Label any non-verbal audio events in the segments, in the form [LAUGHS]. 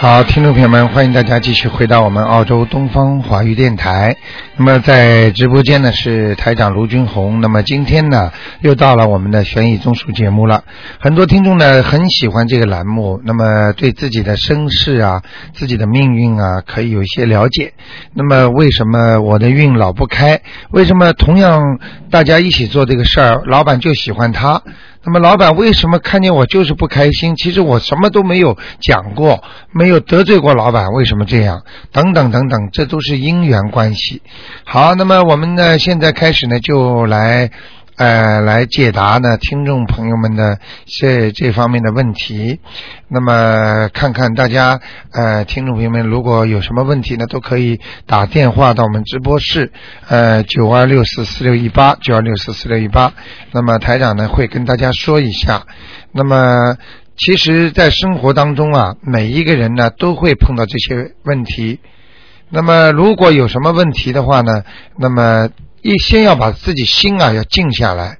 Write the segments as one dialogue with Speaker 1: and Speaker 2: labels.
Speaker 1: 好，听众朋友们，欢迎大家继续回到我们澳洲东方华语电台。那么在直播间呢是台长卢军红。那么今天呢又到了我们的悬疑综述节目了。很多听众呢很喜欢这个栏目，那么对自己的身世啊、自己的命运啊可以有一些了解。那么为什么我的运老不开？为什么同样大家一起做这个事儿，老板就喜欢他？那么老板为什么看见我就是不开心？其实我什么都没有讲过，没有得罪过老板，为什么这样？等等等等，这都是因缘关系。好，那么我们呢，现在开始呢，就来呃来解答呢听众朋友们的这这方面的问题。那么看看大家呃听众朋友们如果有什么问题呢，都可以打电话到我们直播室呃九二六四四六一八九二六四四六一八。那么台长呢会跟大家说一下。那么其实，在生活当中啊，每一个人呢都会碰到这些问题。那么如果有什么问题的话呢，那么一先要把自己心啊要静下来。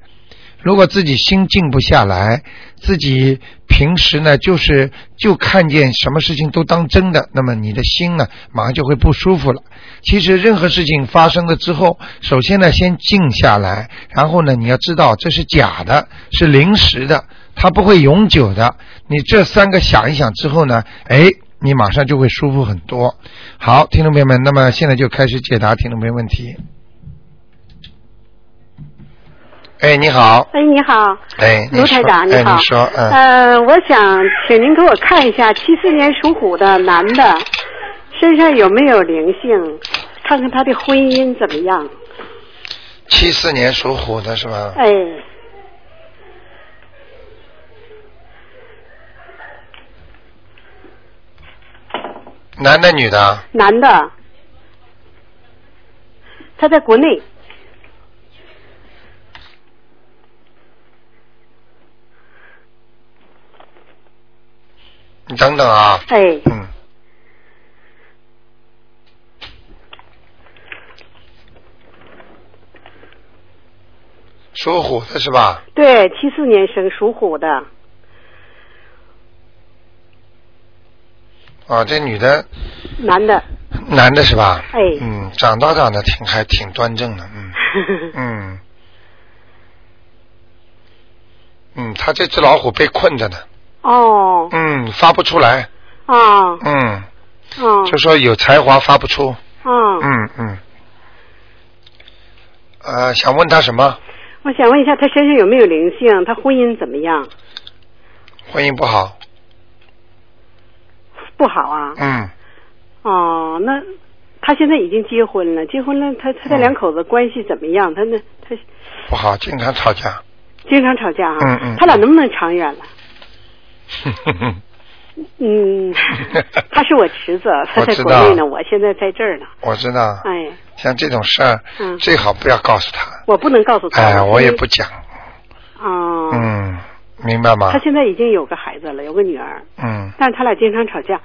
Speaker 1: 如果自己心静不下来，自己平时呢就是就看见什么事情都当真的，那么你的心呢马上就会不舒服了。其实任何事情发生了之后，首先呢先静下来，然后呢你要知道这是假的，是临时的，它不会永久的。你这三个想一想之后呢，哎，你马上就会舒服很多。好，听众朋友们，那么现在就开始解答听众朋友问题。哎，你好。
Speaker 2: 哎，你好，
Speaker 1: 哎，你
Speaker 2: 卢台
Speaker 1: 说
Speaker 2: 长，
Speaker 1: 哎，
Speaker 2: 好。
Speaker 1: 你说，嗯，
Speaker 2: 呃，我想请您给我看一下，七四年属虎的男的身上有没有灵性，看看他的婚姻怎么样。
Speaker 1: 七四年属虎的是吧？
Speaker 2: 哎，
Speaker 1: 男的女的？
Speaker 2: 男的，他在国内。
Speaker 1: 你等等啊，
Speaker 2: 哎，
Speaker 1: 嗯。属虎的是吧？
Speaker 2: 对，七四年生属虎的，
Speaker 1: 啊，这女的，
Speaker 2: 男的。
Speaker 1: 男的是吧？
Speaker 2: 哎
Speaker 1: 嗯，长大长得挺还挺端正的，嗯嗯嗯，他这只老虎被困着呢，
Speaker 2: [LAUGHS] 哦，
Speaker 1: 嗯，发不出来，
Speaker 2: 啊，
Speaker 1: 嗯，
Speaker 2: 啊，
Speaker 1: 就说有才华发不出，
Speaker 2: 啊，
Speaker 1: 嗯嗯。呃，想问他什么？
Speaker 2: 我想问一下，他身上有没有灵性？他婚姻怎么样？
Speaker 1: 婚姻不好，
Speaker 2: 不好啊。
Speaker 1: 嗯，
Speaker 2: 哦，那他现在已经结婚了，结婚了，他他这
Speaker 1: 嗯
Speaker 2: 两口子关系怎么样？他那他
Speaker 1: 不好，经常吵 [LAUGHS] 架。
Speaker 2: 经常吵架哈、
Speaker 1: 嗯嗯
Speaker 2: 他俩能不能长远了？
Speaker 1: 哼 [LAUGHS]
Speaker 2: 嗯，他是我侄子，他
Speaker 1: 我
Speaker 2: 在
Speaker 1: 知
Speaker 2: 国
Speaker 1: 道啊
Speaker 2: 内呢，我现在在这儿呢。
Speaker 1: 我知道，
Speaker 2: 哎，
Speaker 1: 像这种事儿，
Speaker 2: 嗯
Speaker 1: 最好不要告诉他。
Speaker 2: 我不能告诉他。
Speaker 1: 哎，我也
Speaker 2: 因为
Speaker 1: 不。讲。
Speaker 2: 哦、
Speaker 1: 嗯，明白吗
Speaker 2: 他？现在已经有个孩子了，有个女儿，
Speaker 1: 嗯，
Speaker 2: 但是他俩经常吵架。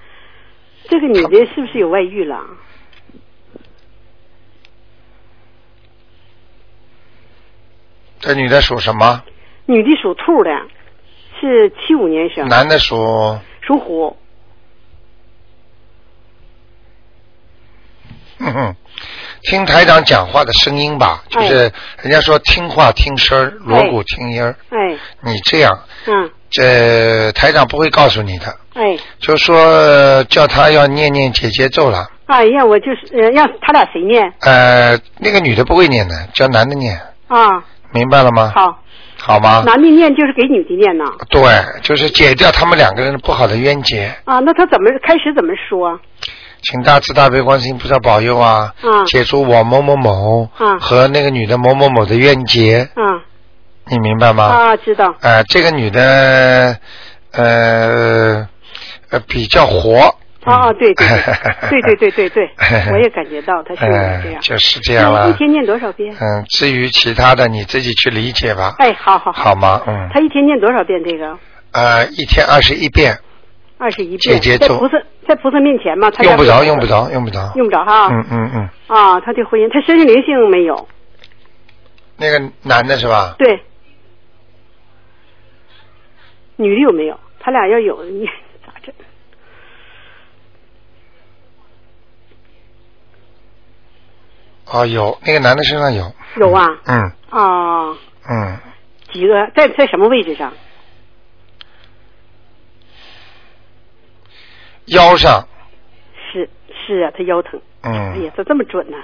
Speaker 2: 这个女的是不是有外遇了？
Speaker 1: 这女的属什么？
Speaker 2: 女的属兔的，是七五年生，
Speaker 1: 男的属，
Speaker 2: 属虎。
Speaker 1: 哼哼，嗯听台长讲话的声音吧，就是人家说听话听声儿，锣鼓听音儿。
Speaker 2: 哎，
Speaker 1: 你这样，
Speaker 2: 嗯，
Speaker 1: 这台长不会告诉你的，
Speaker 2: 哎，
Speaker 1: 就说呃叫他要念念姐姐咒了。
Speaker 2: 哎呀，我就是呃让他俩谁念？
Speaker 1: 呃，那个女的不会念的，叫男的念，
Speaker 2: 啊，
Speaker 1: 明白了吗？，
Speaker 2: 好，
Speaker 1: 好吗？
Speaker 2: 男的念就是给女的念呐。
Speaker 1: 对，就是解掉他们两个人不好的冤结，
Speaker 2: 啊，那他怎么开始怎么说？
Speaker 1: 请大慈大悲观世音菩萨保佑啊，
Speaker 2: 嗯
Speaker 1: 解除我某某某
Speaker 2: 嗯
Speaker 1: 和那个女的某某某的冤结，
Speaker 2: 啊
Speaker 1: 你明白吗？
Speaker 2: 啊，知道
Speaker 1: 啊、这个女的，呃，呃，比较活。
Speaker 2: 啊，啊对对
Speaker 1: [LAUGHS]
Speaker 2: 对对对
Speaker 1: 对
Speaker 2: 对对
Speaker 1: [LAUGHS]
Speaker 2: 对，我也感觉到他是这样。
Speaker 1: 哎呃就是这样
Speaker 2: 他一
Speaker 1: 了。
Speaker 2: 天念多少
Speaker 1: [LAUGHS]
Speaker 2: 遍？
Speaker 1: 嗯，至于其他的，你自己去理解吧，
Speaker 2: 哎，好好好。
Speaker 1: 好吗？嗯。
Speaker 2: 他一天念多少遍？这个
Speaker 1: 呃，一天二十一遍，
Speaker 2: 二十一
Speaker 1: 姐
Speaker 2: 遍
Speaker 1: 姐，
Speaker 2: 在
Speaker 1: 咒
Speaker 2: 菩萨在菩萨面前嘛，他家
Speaker 1: 用不着，
Speaker 2: 菩萨
Speaker 1: 用不，着，用不着。
Speaker 2: 用不着哈。
Speaker 1: 嗯嗯嗯，
Speaker 2: 啊，他的婚姻，他身上灵性没有？
Speaker 1: 那个男的是吧？
Speaker 2: 对， [LAUGHS] 女的有没有？他俩要有，你咋整？
Speaker 1: 哦，有那个男的身上有。
Speaker 2: 有啊。
Speaker 1: 嗯
Speaker 2: 啊，
Speaker 1: 嗯，
Speaker 2: 几个在在什么位置上？
Speaker 1: 腰上，
Speaker 2: 是是啊，他腰疼。哎
Speaker 1: [LAUGHS] 嗯，
Speaker 2: 呀，哎咋这么准呢、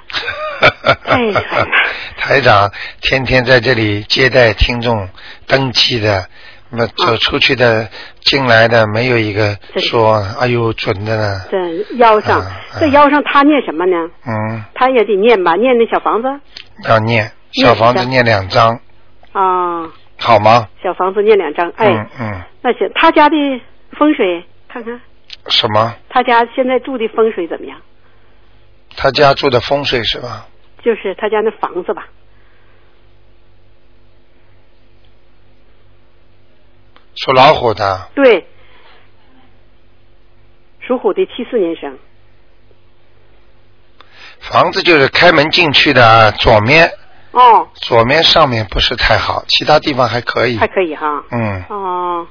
Speaker 2: 太惨了
Speaker 1: 台长天天在这里接待听众登记的，那么走出去的、进来的，没有一个
Speaker 2: 啊对
Speaker 1: 说哎呦准的呢。
Speaker 2: 这腰上，
Speaker 1: 啊啊
Speaker 2: 这腰上他念什么呢？
Speaker 1: 嗯，
Speaker 2: 他也得念吧，念那小房子
Speaker 1: 要念
Speaker 2: 念
Speaker 1: 小房
Speaker 2: 一
Speaker 1: 子
Speaker 2: 张
Speaker 1: 念两张，
Speaker 2: 啊，
Speaker 1: 好吗？
Speaker 2: 小房子念两张。哎，
Speaker 1: 嗯嗯，
Speaker 2: 那行，他家的风水看看，
Speaker 1: 什么？
Speaker 2: 他家现在住的风水怎么样？
Speaker 1: 他家住的风水是吧？
Speaker 2: 就是他家那房子吧，
Speaker 1: 属老虎的，
Speaker 2: 对，属虎的七四年生，
Speaker 1: 房子就是开门进去的左面，
Speaker 2: 哦，
Speaker 1: 左面上面不是太好，其他地方还可以
Speaker 2: 还。可以哈，
Speaker 1: 嗯，
Speaker 2: 哦，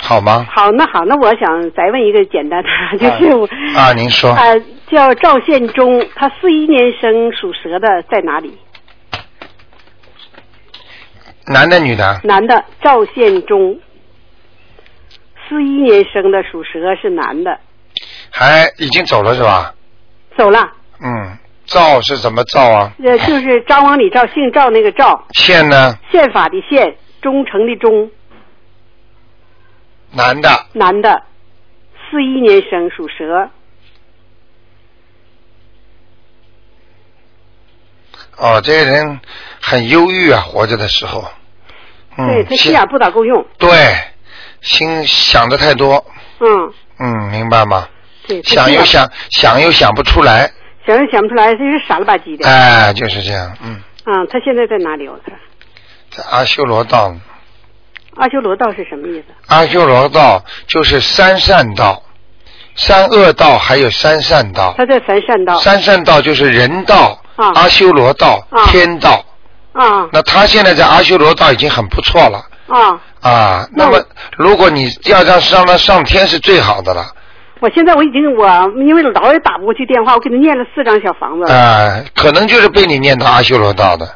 Speaker 1: 好吗？
Speaker 2: 好，那好，那我想再问一个简单的， [LAUGHS] 就是我
Speaker 1: 啊，您说，
Speaker 2: 啊，叫赵宪忠，他四一年生，属蛇的，在哪里？
Speaker 1: 男的女的？
Speaker 2: 男的，赵宪忠，四一年生的，属蛇，是男的，
Speaker 1: 还已经走了是吧？
Speaker 2: 走了，
Speaker 1: 嗯，赵是怎么赵啊？
Speaker 2: 呃，就是张王李赵，姓赵那个赵，
Speaker 1: 倩呢？
Speaker 2: 宪法的宪，忠诚的忠，
Speaker 1: 男的，
Speaker 2: 男的，四一年生，属蛇，
Speaker 1: 哦，这个人很忧郁啊，活着的时候。
Speaker 2: 对
Speaker 1: 嗯，
Speaker 2: 他
Speaker 1: 心
Speaker 2: 心眼不咋够用，
Speaker 1: 对，心想的太多，
Speaker 2: 嗯，
Speaker 1: 嗯，明白吗？
Speaker 2: 对，他
Speaker 1: 想
Speaker 2: 心
Speaker 1: 又
Speaker 2: 眼
Speaker 1: 想，想又想不出来，
Speaker 2: 想也想不出来，他是傻了吧唧的，
Speaker 1: 哎，就是这样，嗯，
Speaker 2: 啊，他现在在哪里？我看
Speaker 1: 在阿修罗道呢，
Speaker 2: 阿修罗道是什么意思？
Speaker 1: 阿修罗道就是三善道、三恶道，还有三善道。
Speaker 2: 他在三善道，
Speaker 1: 哦三善道就是人道、
Speaker 2: 啊
Speaker 1: 阿修罗道、
Speaker 2: 啊
Speaker 1: 天道。
Speaker 2: 啊
Speaker 1: 那他现在在阿修罗道已经很不错了
Speaker 2: 啊，
Speaker 1: 啊。
Speaker 2: 那
Speaker 1: 那
Speaker 2: 我
Speaker 1: 么如果你要让让他上天是最好的了
Speaker 2: 我现在我已经我因为老也打不过去电话，我给他念了四张小房子了。
Speaker 1: 啊，可能就是被你念到阿修罗道的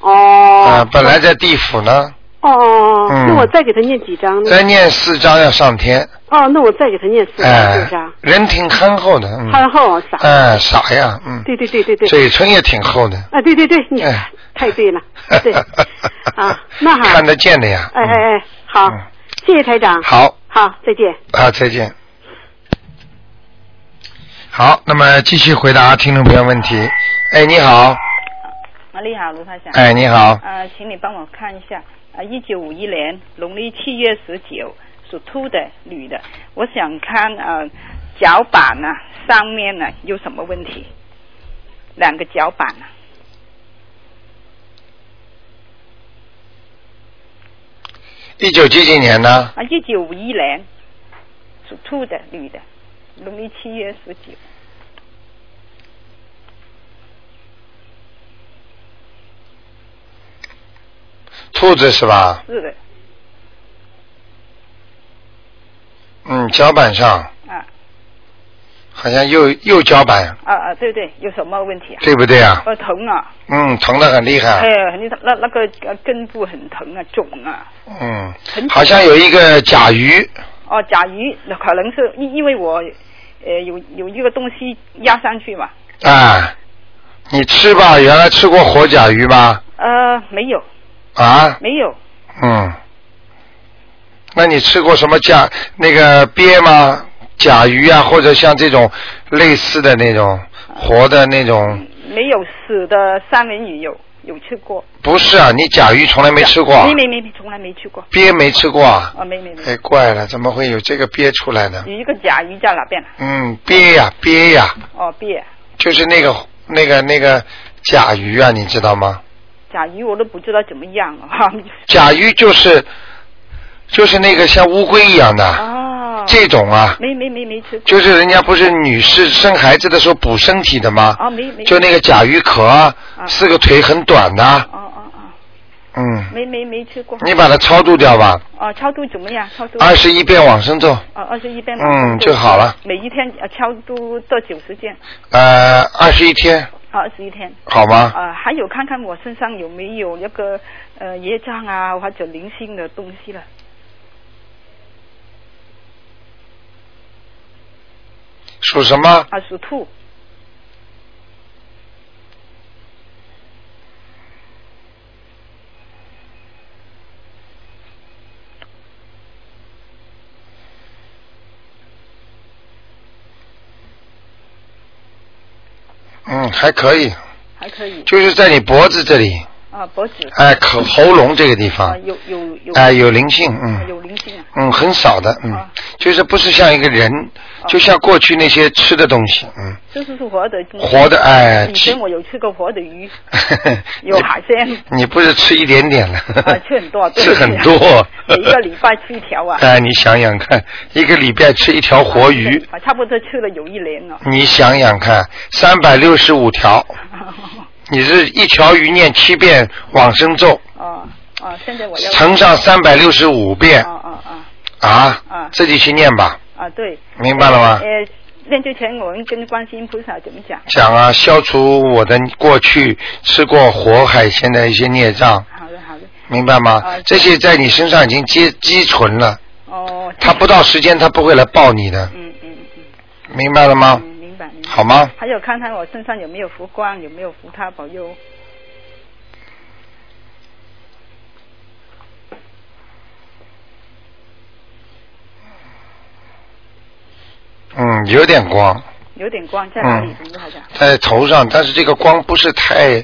Speaker 2: 哦。
Speaker 1: 啊。本来在地府呢，
Speaker 2: 哦哦哦，
Speaker 1: 嗯
Speaker 2: 那我再给他念几张呢？
Speaker 1: 再念四章要上天，
Speaker 2: 哦，那我再给他念嗯四张，是不
Speaker 1: 哎
Speaker 2: 是啊？，
Speaker 1: 人挺憨厚的，嗯，
Speaker 2: 憨厚傻。
Speaker 1: 哎，傻呀，嗯，
Speaker 2: 对对对对对。
Speaker 1: 嘴唇也挺厚的，
Speaker 2: 啊，对对对，你
Speaker 1: 哎
Speaker 2: 太对
Speaker 1: [LAUGHS]
Speaker 2: 了，对啊，那好，
Speaker 1: 看得见的呀，
Speaker 2: 哎
Speaker 1: 嗯
Speaker 2: 哎哎，好
Speaker 1: 嗯，
Speaker 2: 谢谢台长，
Speaker 1: 好。
Speaker 2: 好，再见。
Speaker 1: 啊，再见。好，那么继续回答听众朋友问题。哎，你好，
Speaker 3: 啊，你好，卢台长。
Speaker 1: 哎，你好，
Speaker 3: 啊，请你帮我看一下，啊，一九五一年农历七月十九，属兔的女的，我想看呃脚板呢、上面呢啊有什么问题？两个脚板啊呢、
Speaker 1: 一九几几年呢？
Speaker 3: 啊？一九五一年属兔的女的，农历七月十九。
Speaker 1: 兔子是吧？
Speaker 3: 是的，
Speaker 1: 嗯，脚板上
Speaker 3: 啊
Speaker 1: 好像右右脚板，
Speaker 3: 啊啊，对对，有什么问题啊？
Speaker 1: 对不对啊？
Speaker 3: 我疼啊！
Speaker 1: 嗯，疼得很厉
Speaker 3: 哎
Speaker 1: 害。
Speaker 3: 呀，你那那个呃根部很疼啊，肿啊。
Speaker 1: 嗯
Speaker 3: 很，
Speaker 1: 好像有一个甲鱼，
Speaker 3: 哦，甲鱼那可能是因因为我，呃，有有一个东西压上去嘛，
Speaker 1: 啊，你吃吧，原来吃过活甲鱼吧？
Speaker 3: 呃，没有，
Speaker 1: 啊，
Speaker 3: 没有，
Speaker 1: 嗯，那你吃过什么甲那个鳖吗？甲鱼啊，或者像这种类似的那种活的那种？
Speaker 3: 没有死的三文鱼有有吃过，
Speaker 1: 不是啊，你甲鱼从来没吃过啊，
Speaker 3: 没没没没，从来没吃过，
Speaker 1: 鳖没吃过啊？
Speaker 3: 啊、没没没，
Speaker 1: 哎，怪了，怎么会有这个鳖出来呢
Speaker 3: 有？一个甲鱼在哪边啊？
Speaker 1: 嗯，鳖呀、鳖呀、
Speaker 3: 哦，鳖啊，
Speaker 1: 就是那个那个那个甲鱼啊，你知道吗？
Speaker 3: 甲鱼我都不知道怎么样了 [LAUGHS] 哈，
Speaker 1: 甲鱼就是就是那个像乌龟一样的
Speaker 3: 哦，
Speaker 1: 这种啊，
Speaker 3: 没没没没吃过，
Speaker 1: 就是人家不是女士生孩子的时候补身体的吗？
Speaker 3: 啊、没没，
Speaker 1: 就那个甲鱼壳啊，四个腿很短的、
Speaker 3: 哦哦哦，
Speaker 1: 嗯，
Speaker 3: 没没没吃过，
Speaker 1: 你把它超度掉吧，
Speaker 3: 哦，超度怎么样？超度
Speaker 1: 二十一遍往生咒，
Speaker 3: 哦，二十一遍吧，
Speaker 1: 嗯就好了，
Speaker 3: 每一天呃超度多久时间？
Speaker 1: 呃，二十一天，
Speaker 3: 啊、啊，二十一天。
Speaker 1: 好吗？
Speaker 3: 啊，还有看看我身上有没有那个呃业障啊或者灵性的东西了。
Speaker 1: 属什么？
Speaker 3: 啊，属兔。
Speaker 1: 嗯，还可以，
Speaker 3: 还可以。
Speaker 1: 就是在你脖子这里，
Speaker 3: 啊，脖子。
Speaker 1: 哎，口喉咙这个地方
Speaker 3: 啊，，有有有。
Speaker 1: 哎，有灵性，
Speaker 3: 啊
Speaker 1: 嗯
Speaker 3: 有灵性啊。
Speaker 1: 嗯，很少的，嗯
Speaker 3: 啊，哦
Speaker 1: 就是不是像一个人，就像过去那些吃的东西，嗯，
Speaker 3: 这就是活的。
Speaker 1: 活的哎
Speaker 3: 以
Speaker 1: 吃
Speaker 3: 前我有吃过活的鱼，有海
Speaker 1: [LAUGHS]
Speaker 3: 鲜。
Speaker 1: 你不是吃一点点了，
Speaker 3: 啊，吃很
Speaker 1: [LAUGHS]
Speaker 3: 多，对，
Speaker 1: 吃很多
Speaker 3: [LAUGHS] 每一个礼拜吃一条啊，
Speaker 1: [LAUGHS] 哎，你想想看，一个礼拜吃一条活鱼，
Speaker 3: [LAUGHS] 啊，差不多吃了有一年了。 [LAUGHS]
Speaker 1: 你想想看，三百六十五条，你是一条鱼念七遍往生咒，
Speaker 3: 哦哦，现在我要
Speaker 1: 乘上三百六十五遍
Speaker 3: 哦哦哦
Speaker 1: 啊
Speaker 3: 啊，
Speaker 1: 自己去念吧，
Speaker 3: 啊，对，
Speaker 1: 明白了吗？
Speaker 3: 呃，念之前我们跟观世音菩萨怎么讲？
Speaker 1: 讲啊，消除我的过去吃过活海鲜的一些孽障，
Speaker 3: 好的好的，
Speaker 1: 明白吗
Speaker 3: 啊？
Speaker 1: 这些在你身上已经积积存了，
Speaker 3: 哦，
Speaker 1: 它不到时间它不会来报你的，
Speaker 3: 嗯嗯嗯
Speaker 1: 明白了吗
Speaker 3: 嗯，？明白明白。
Speaker 1: 啊好吗？
Speaker 3: 还有看看我身上有没有福光，有没有福他保佑。
Speaker 1: 嗯，有点光
Speaker 3: 有点光在哪里
Speaker 1: 嗯？
Speaker 3: 怎么好像？
Speaker 1: 在头上，但是这个光不是太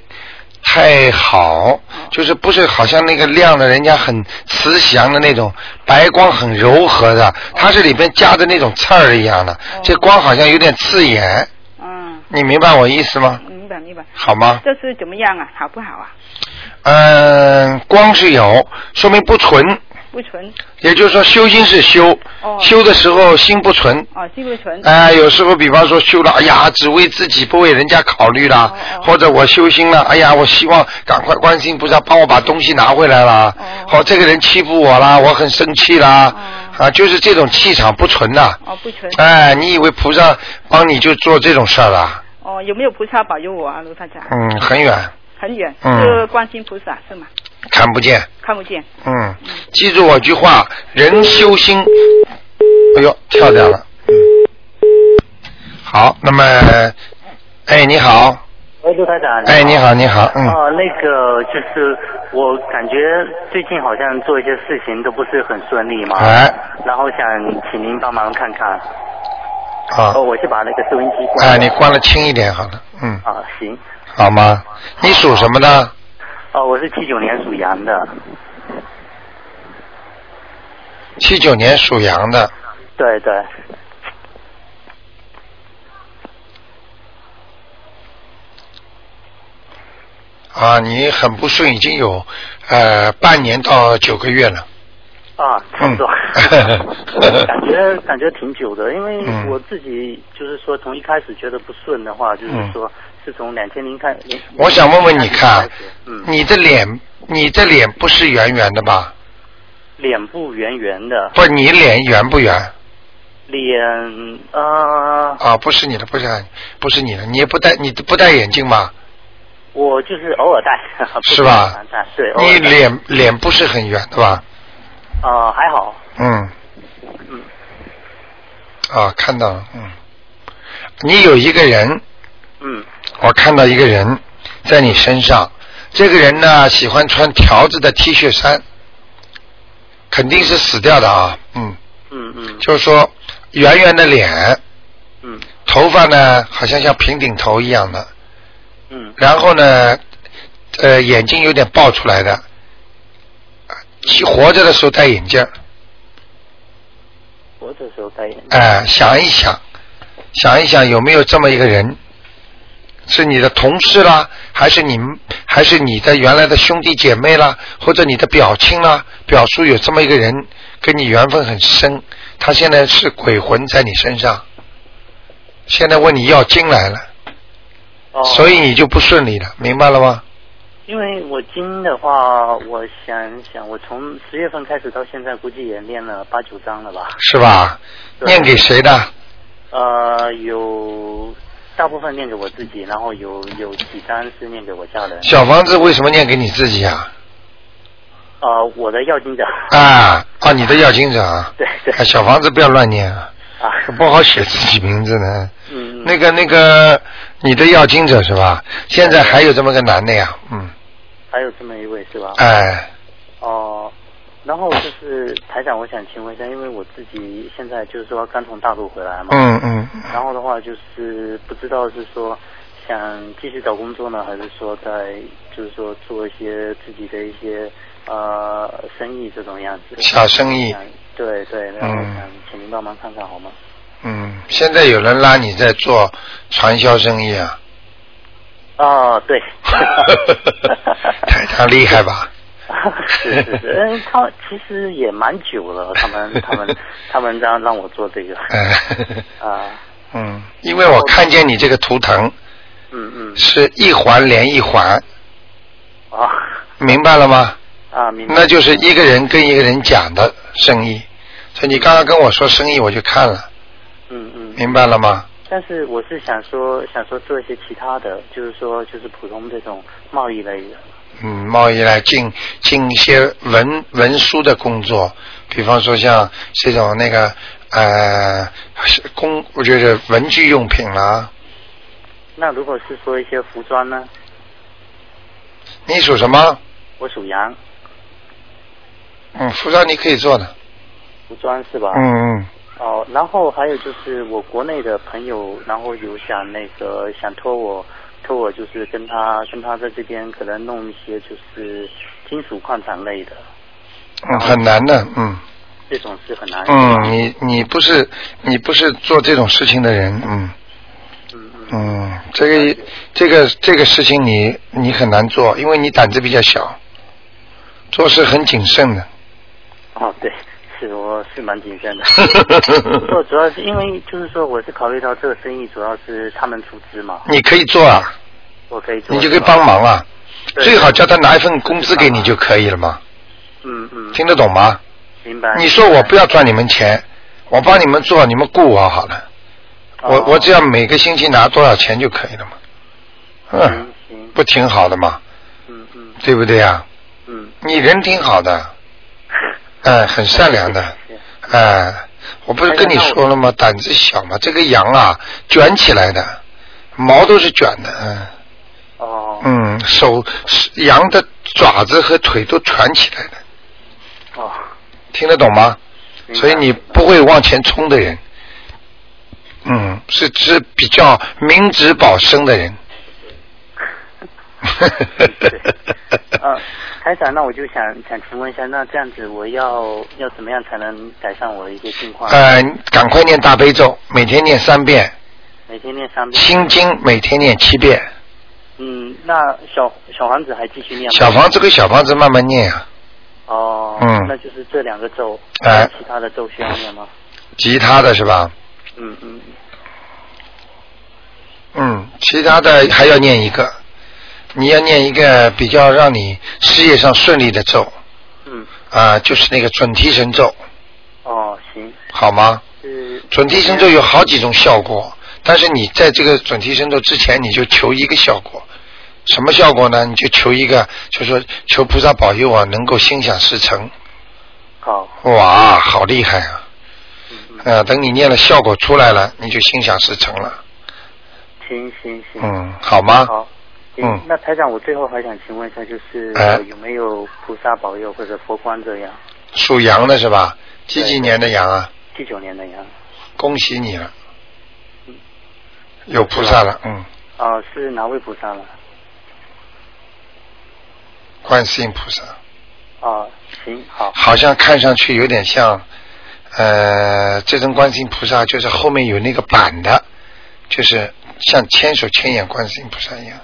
Speaker 1: 太好，就是不是好像那个亮的，人家很慈祥的那种白光，很柔和的，它是里边夹的那种刺儿一样的，这光好像有点刺眼，
Speaker 3: 嗯，
Speaker 1: 你明白我意思吗？
Speaker 3: 明白明白。
Speaker 1: 好吗？
Speaker 3: 这是怎么样啊？好不好啊？
Speaker 1: 嗯，光是有，说明不纯，
Speaker 3: 不纯
Speaker 1: 也就是说修心是修，
Speaker 3: 哦
Speaker 1: 修的时候心不纯。
Speaker 3: 哦，心不纯。
Speaker 1: 哎、有时候比方说修了，哎呀，只为自己不为人家考虑啦，
Speaker 3: 哦哦
Speaker 1: 或者我修心了，哎呀，我希望赶快观世音菩萨帮我把东西拿回来啦，
Speaker 3: 哦
Speaker 1: 或这个人欺负我啦，我很生气啦，
Speaker 3: 哦
Speaker 1: 啊，就是这种气场不纯呐、
Speaker 3: 哦，不纯。
Speaker 1: 哎、你以为菩萨帮你就做这种事儿啦？
Speaker 3: 哦，有没有菩萨保佑我啊，卢太长？
Speaker 1: 嗯，很远，
Speaker 3: 很远，
Speaker 1: 嗯
Speaker 3: 是观世音菩萨是吗？
Speaker 1: 看不见。
Speaker 3: 看不见。
Speaker 1: 嗯，记住我句话，人修心。哎呦，跳掉了。嗯，好，那么，哎，你好，
Speaker 4: 喂，陆台长。
Speaker 1: 哎，你。好，你好，嗯，
Speaker 4: 哦，那个就是我感觉最近好像做一些事情都不是很顺利嘛，
Speaker 1: 哎，
Speaker 4: 然后想请您帮忙看看。
Speaker 1: 好
Speaker 4: 哦，，我去把那个收音机关了。
Speaker 1: 哎，你关了轻一点好了，嗯，
Speaker 4: 啊，行。
Speaker 1: 好吗？你属什么呢？
Speaker 4: 哦，我是七九年属羊的，
Speaker 1: 七九年属羊的，
Speaker 4: 对对。
Speaker 1: 啊，你很不顺，已经有呃半年到九个月了，
Speaker 4: 啊，差不多
Speaker 1: 嗯
Speaker 4: [LAUGHS] 感觉感觉挺久的，因为
Speaker 1: 嗯
Speaker 4: 我自己就是说，从一开始觉得不顺的话，就是说是从两千零开。零
Speaker 1: 嗯我想问问你看
Speaker 4: 开始，嗯，
Speaker 1: 你的脸，你的脸不是圆圆的吧？
Speaker 4: 脸部圆圆的，
Speaker 1: 不，你脸圆不圆？
Speaker 4: 脸呃，
Speaker 1: 啊，不是你的，不是不是你的，你也不戴，你不戴眼镜吗？
Speaker 4: 我就是偶尔戴， [LAUGHS] 不
Speaker 1: 是吧
Speaker 4: 常戴对，偶
Speaker 1: 你
Speaker 4: 尔戴
Speaker 1: 脸脸不是很圆，对吧？
Speaker 4: 啊、还好，
Speaker 1: 嗯。
Speaker 4: 嗯。
Speaker 1: 啊，看到了，嗯。你有一个人，
Speaker 4: 嗯，
Speaker 1: 我看到一个人在你身上，这个人呢喜欢穿条子的 T 恤衫，肯定是死掉的啊，嗯，
Speaker 4: 嗯嗯
Speaker 1: 就是说圆圆的脸，
Speaker 4: 嗯
Speaker 1: 头发呢好像像平顶头一样的，
Speaker 4: 嗯
Speaker 1: 然后呢，呃，眼睛有点爆出来的，其活着的时候戴眼镜儿，
Speaker 4: 我这时候戴眼镜，
Speaker 1: 哎、想一想，想一想有没有这么一个人，是你的同事啦，还是你们，还是你的原来的兄弟姐妹啦，或者你的表亲啦、表叔有这么一个人，跟你缘分很深，他现在是鬼魂在你身上，现在问你要经来了，
Speaker 4: 哦，
Speaker 1: 所以你就不顺利了，明白了吗？
Speaker 4: 因为我经的话，我想想，我从十月份开始到现在，估计也练了八九章了吧，
Speaker 1: 是吧？
Speaker 4: 对
Speaker 1: 念给谁的？
Speaker 4: 呃，有。大部分念给我自己，然后有有几张是念给我家人。
Speaker 1: 小房子为什么念给你自己啊？
Speaker 4: 呃，我的要经者。
Speaker 1: 啊，哦，你的要经者啊。
Speaker 4: [LAUGHS] 对对
Speaker 1: 啊小房子不要乱念啊，
Speaker 4: 啊，
Speaker 1: 不好写自己名字呢。
Speaker 4: 嗯，
Speaker 1: 那个那个，你的要经者是吧？现在还有这么个男的呀，嗯，
Speaker 4: 还有这么一位是吧？
Speaker 1: 哎，
Speaker 4: 哦、然后就是台长，我想请问一下，因为我自己现在就是说刚从大陆回来嘛，
Speaker 1: 嗯嗯，
Speaker 4: 然后的话就是不知道是说想继续找工作呢，还是说在就是说做一些自己的一些呃生意这种样子。
Speaker 1: 小生意
Speaker 4: 想，对对，然后
Speaker 1: 嗯
Speaker 4: 想请您帮忙看看好吗？
Speaker 1: 嗯，现在有人拉你在做传销生意
Speaker 4: [LAUGHS]
Speaker 1: 啊，。
Speaker 4: 哦，对
Speaker 1: [LAUGHS] 台长厉害吧？
Speaker 4: 是是是，嗯，他其实也蛮久了，他们他们他们让让我做
Speaker 1: [LAUGHS]
Speaker 4: 这个
Speaker 1: 哎，
Speaker 4: 啊，
Speaker 1: 嗯，因为我看见你这个图腾
Speaker 4: 嗯嗯，
Speaker 1: 是一环连一环，
Speaker 4: 啊
Speaker 1: 明白了吗？
Speaker 4: 啊，明白。
Speaker 1: 那就是一个人跟一个人讲的生意，所以你刚刚跟我说生意，我就看了，
Speaker 4: 嗯嗯，
Speaker 1: 明白了吗？
Speaker 4: 但是我是想说，想说做一些其他的，就是说，就是普通这种贸易类的。
Speaker 1: 嗯，贸易来进进一些文文书的工作，比方说像这种那个呃是工，我觉得文具用品啦。
Speaker 4: 那如果是说一些服装呢？
Speaker 1: 你属什么？
Speaker 4: 我属羊，
Speaker 1: 嗯，服装你可以做的。
Speaker 4: 服装是吧？。
Speaker 1: 嗯嗯。
Speaker 4: 哦，然后还有就是我国内的朋友，然后有想那个想托我，托我就是跟他跟他在这边可能弄一些就是金属矿产类的，
Speaker 1: 嗯，很难的，嗯
Speaker 4: 这种是很难。
Speaker 1: 嗯，你你不是你不是做这种事情的人，嗯
Speaker 4: 嗯嗯
Speaker 1: 嗯，这个这个这个事情你你很难做，因为你胆子比较小，做事很谨慎 [LAUGHS] 的。
Speaker 4: 哦，对，是我是蛮谨
Speaker 1: [LAUGHS]
Speaker 4: 慎的。 [LAUGHS] 嗯我主要是因为就是说，我是考虑到这个生意主要是他们出资嘛，
Speaker 1: 你可以做啊，
Speaker 4: 我可以做。
Speaker 1: 你就可以帮忙啊，
Speaker 4: 对
Speaker 1: 最好叫他拿一份工资给你就可以了嘛，
Speaker 4: 嗯嗯，哎
Speaker 1: 听得懂吗？
Speaker 4: 明白。
Speaker 1: 你说我不要赚你们钱，我帮你们做，你们雇我好了，我
Speaker 4: 哦
Speaker 1: 我只要每个星期拿多少钱就可以了嘛，嗯
Speaker 4: 行，行，
Speaker 1: 不挺好的嘛，
Speaker 4: 嗯嗯
Speaker 1: 对不对呀、啊？
Speaker 4: 嗯，
Speaker 1: 你人挺好的，哎、很善良的，
Speaker 4: 是
Speaker 1: 哎、我不是跟你说
Speaker 4: 哎
Speaker 1: 了吗？胆子小嘛，这个羊啊，卷起来的，毛都是卷的，嗯
Speaker 4: 哦
Speaker 1: 嗯，手羊的爪子和腿都蜷起来的，
Speaker 4: 哦，
Speaker 1: 听得懂吗？
Speaker 4: 明白
Speaker 1: 所以你不会往前冲的人，嗯，是是比较明哲保身的人。
Speaker 4: [LAUGHS] 嗯呃，台长，那我就想想请问一下，那这样子我要要怎么样才能改善我的一个境况？
Speaker 1: 呃，赶快念大悲咒，每天念三遍，
Speaker 4: 每天念三遍。
Speaker 1: 心经每天念七遍，
Speaker 4: 嗯，那小小房子还继续念吗？
Speaker 1: 小房子跟小房子慢慢念啊，
Speaker 4: 哦，
Speaker 1: 嗯
Speaker 4: 那就是这两个咒，
Speaker 1: 哎
Speaker 4: 其他的咒需要念吗？
Speaker 1: 其他的是吧？
Speaker 4: 嗯嗯，
Speaker 1: 嗯，其他的还要念一个，你要念一个比较让你事业上顺利的咒
Speaker 4: 嗯，
Speaker 1: 啊、就是那个准提神咒，
Speaker 4: 哦，行，
Speaker 1: 好吗？
Speaker 4: 是
Speaker 1: 准提神咒有好几种效果，但是你在这个准提神咒之前，你就求一个效果，什么效果呢？你就求一个，就说求菩萨保佑啊，能够心想事成。
Speaker 4: 好，
Speaker 1: 哇，好厉害啊！
Speaker 4: 嗯嗯，
Speaker 1: 啊，等你念了效果出来了，你就心想事成了。
Speaker 4: 行行行，
Speaker 1: 嗯，好吗？
Speaker 4: 好。行
Speaker 1: 嗯
Speaker 4: 那台长，我最后还想请问一下，就是、
Speaker 1: 哎
Speaker 4: 呃有没有菩萨保佑或者佛光这样？
Speaker 1: 属羊的是吧？几
Speaker 4: 对
Speaker 1: 几年的羊啊？
Speaker 4: 七九年的羊，
Speaker 1: 恭喜你了，有菩萨了，嗯，
Speaker 4: 哦、是哪位菩萨了？
Speaker 1: 观世音菩萨，
Speaker 4: 哦，行，好，
Speaker 1: 好像看上去有点像，呃，这种观世音菩萨就是后面有那个板的，就是像千手千眼观世音菩萨一样，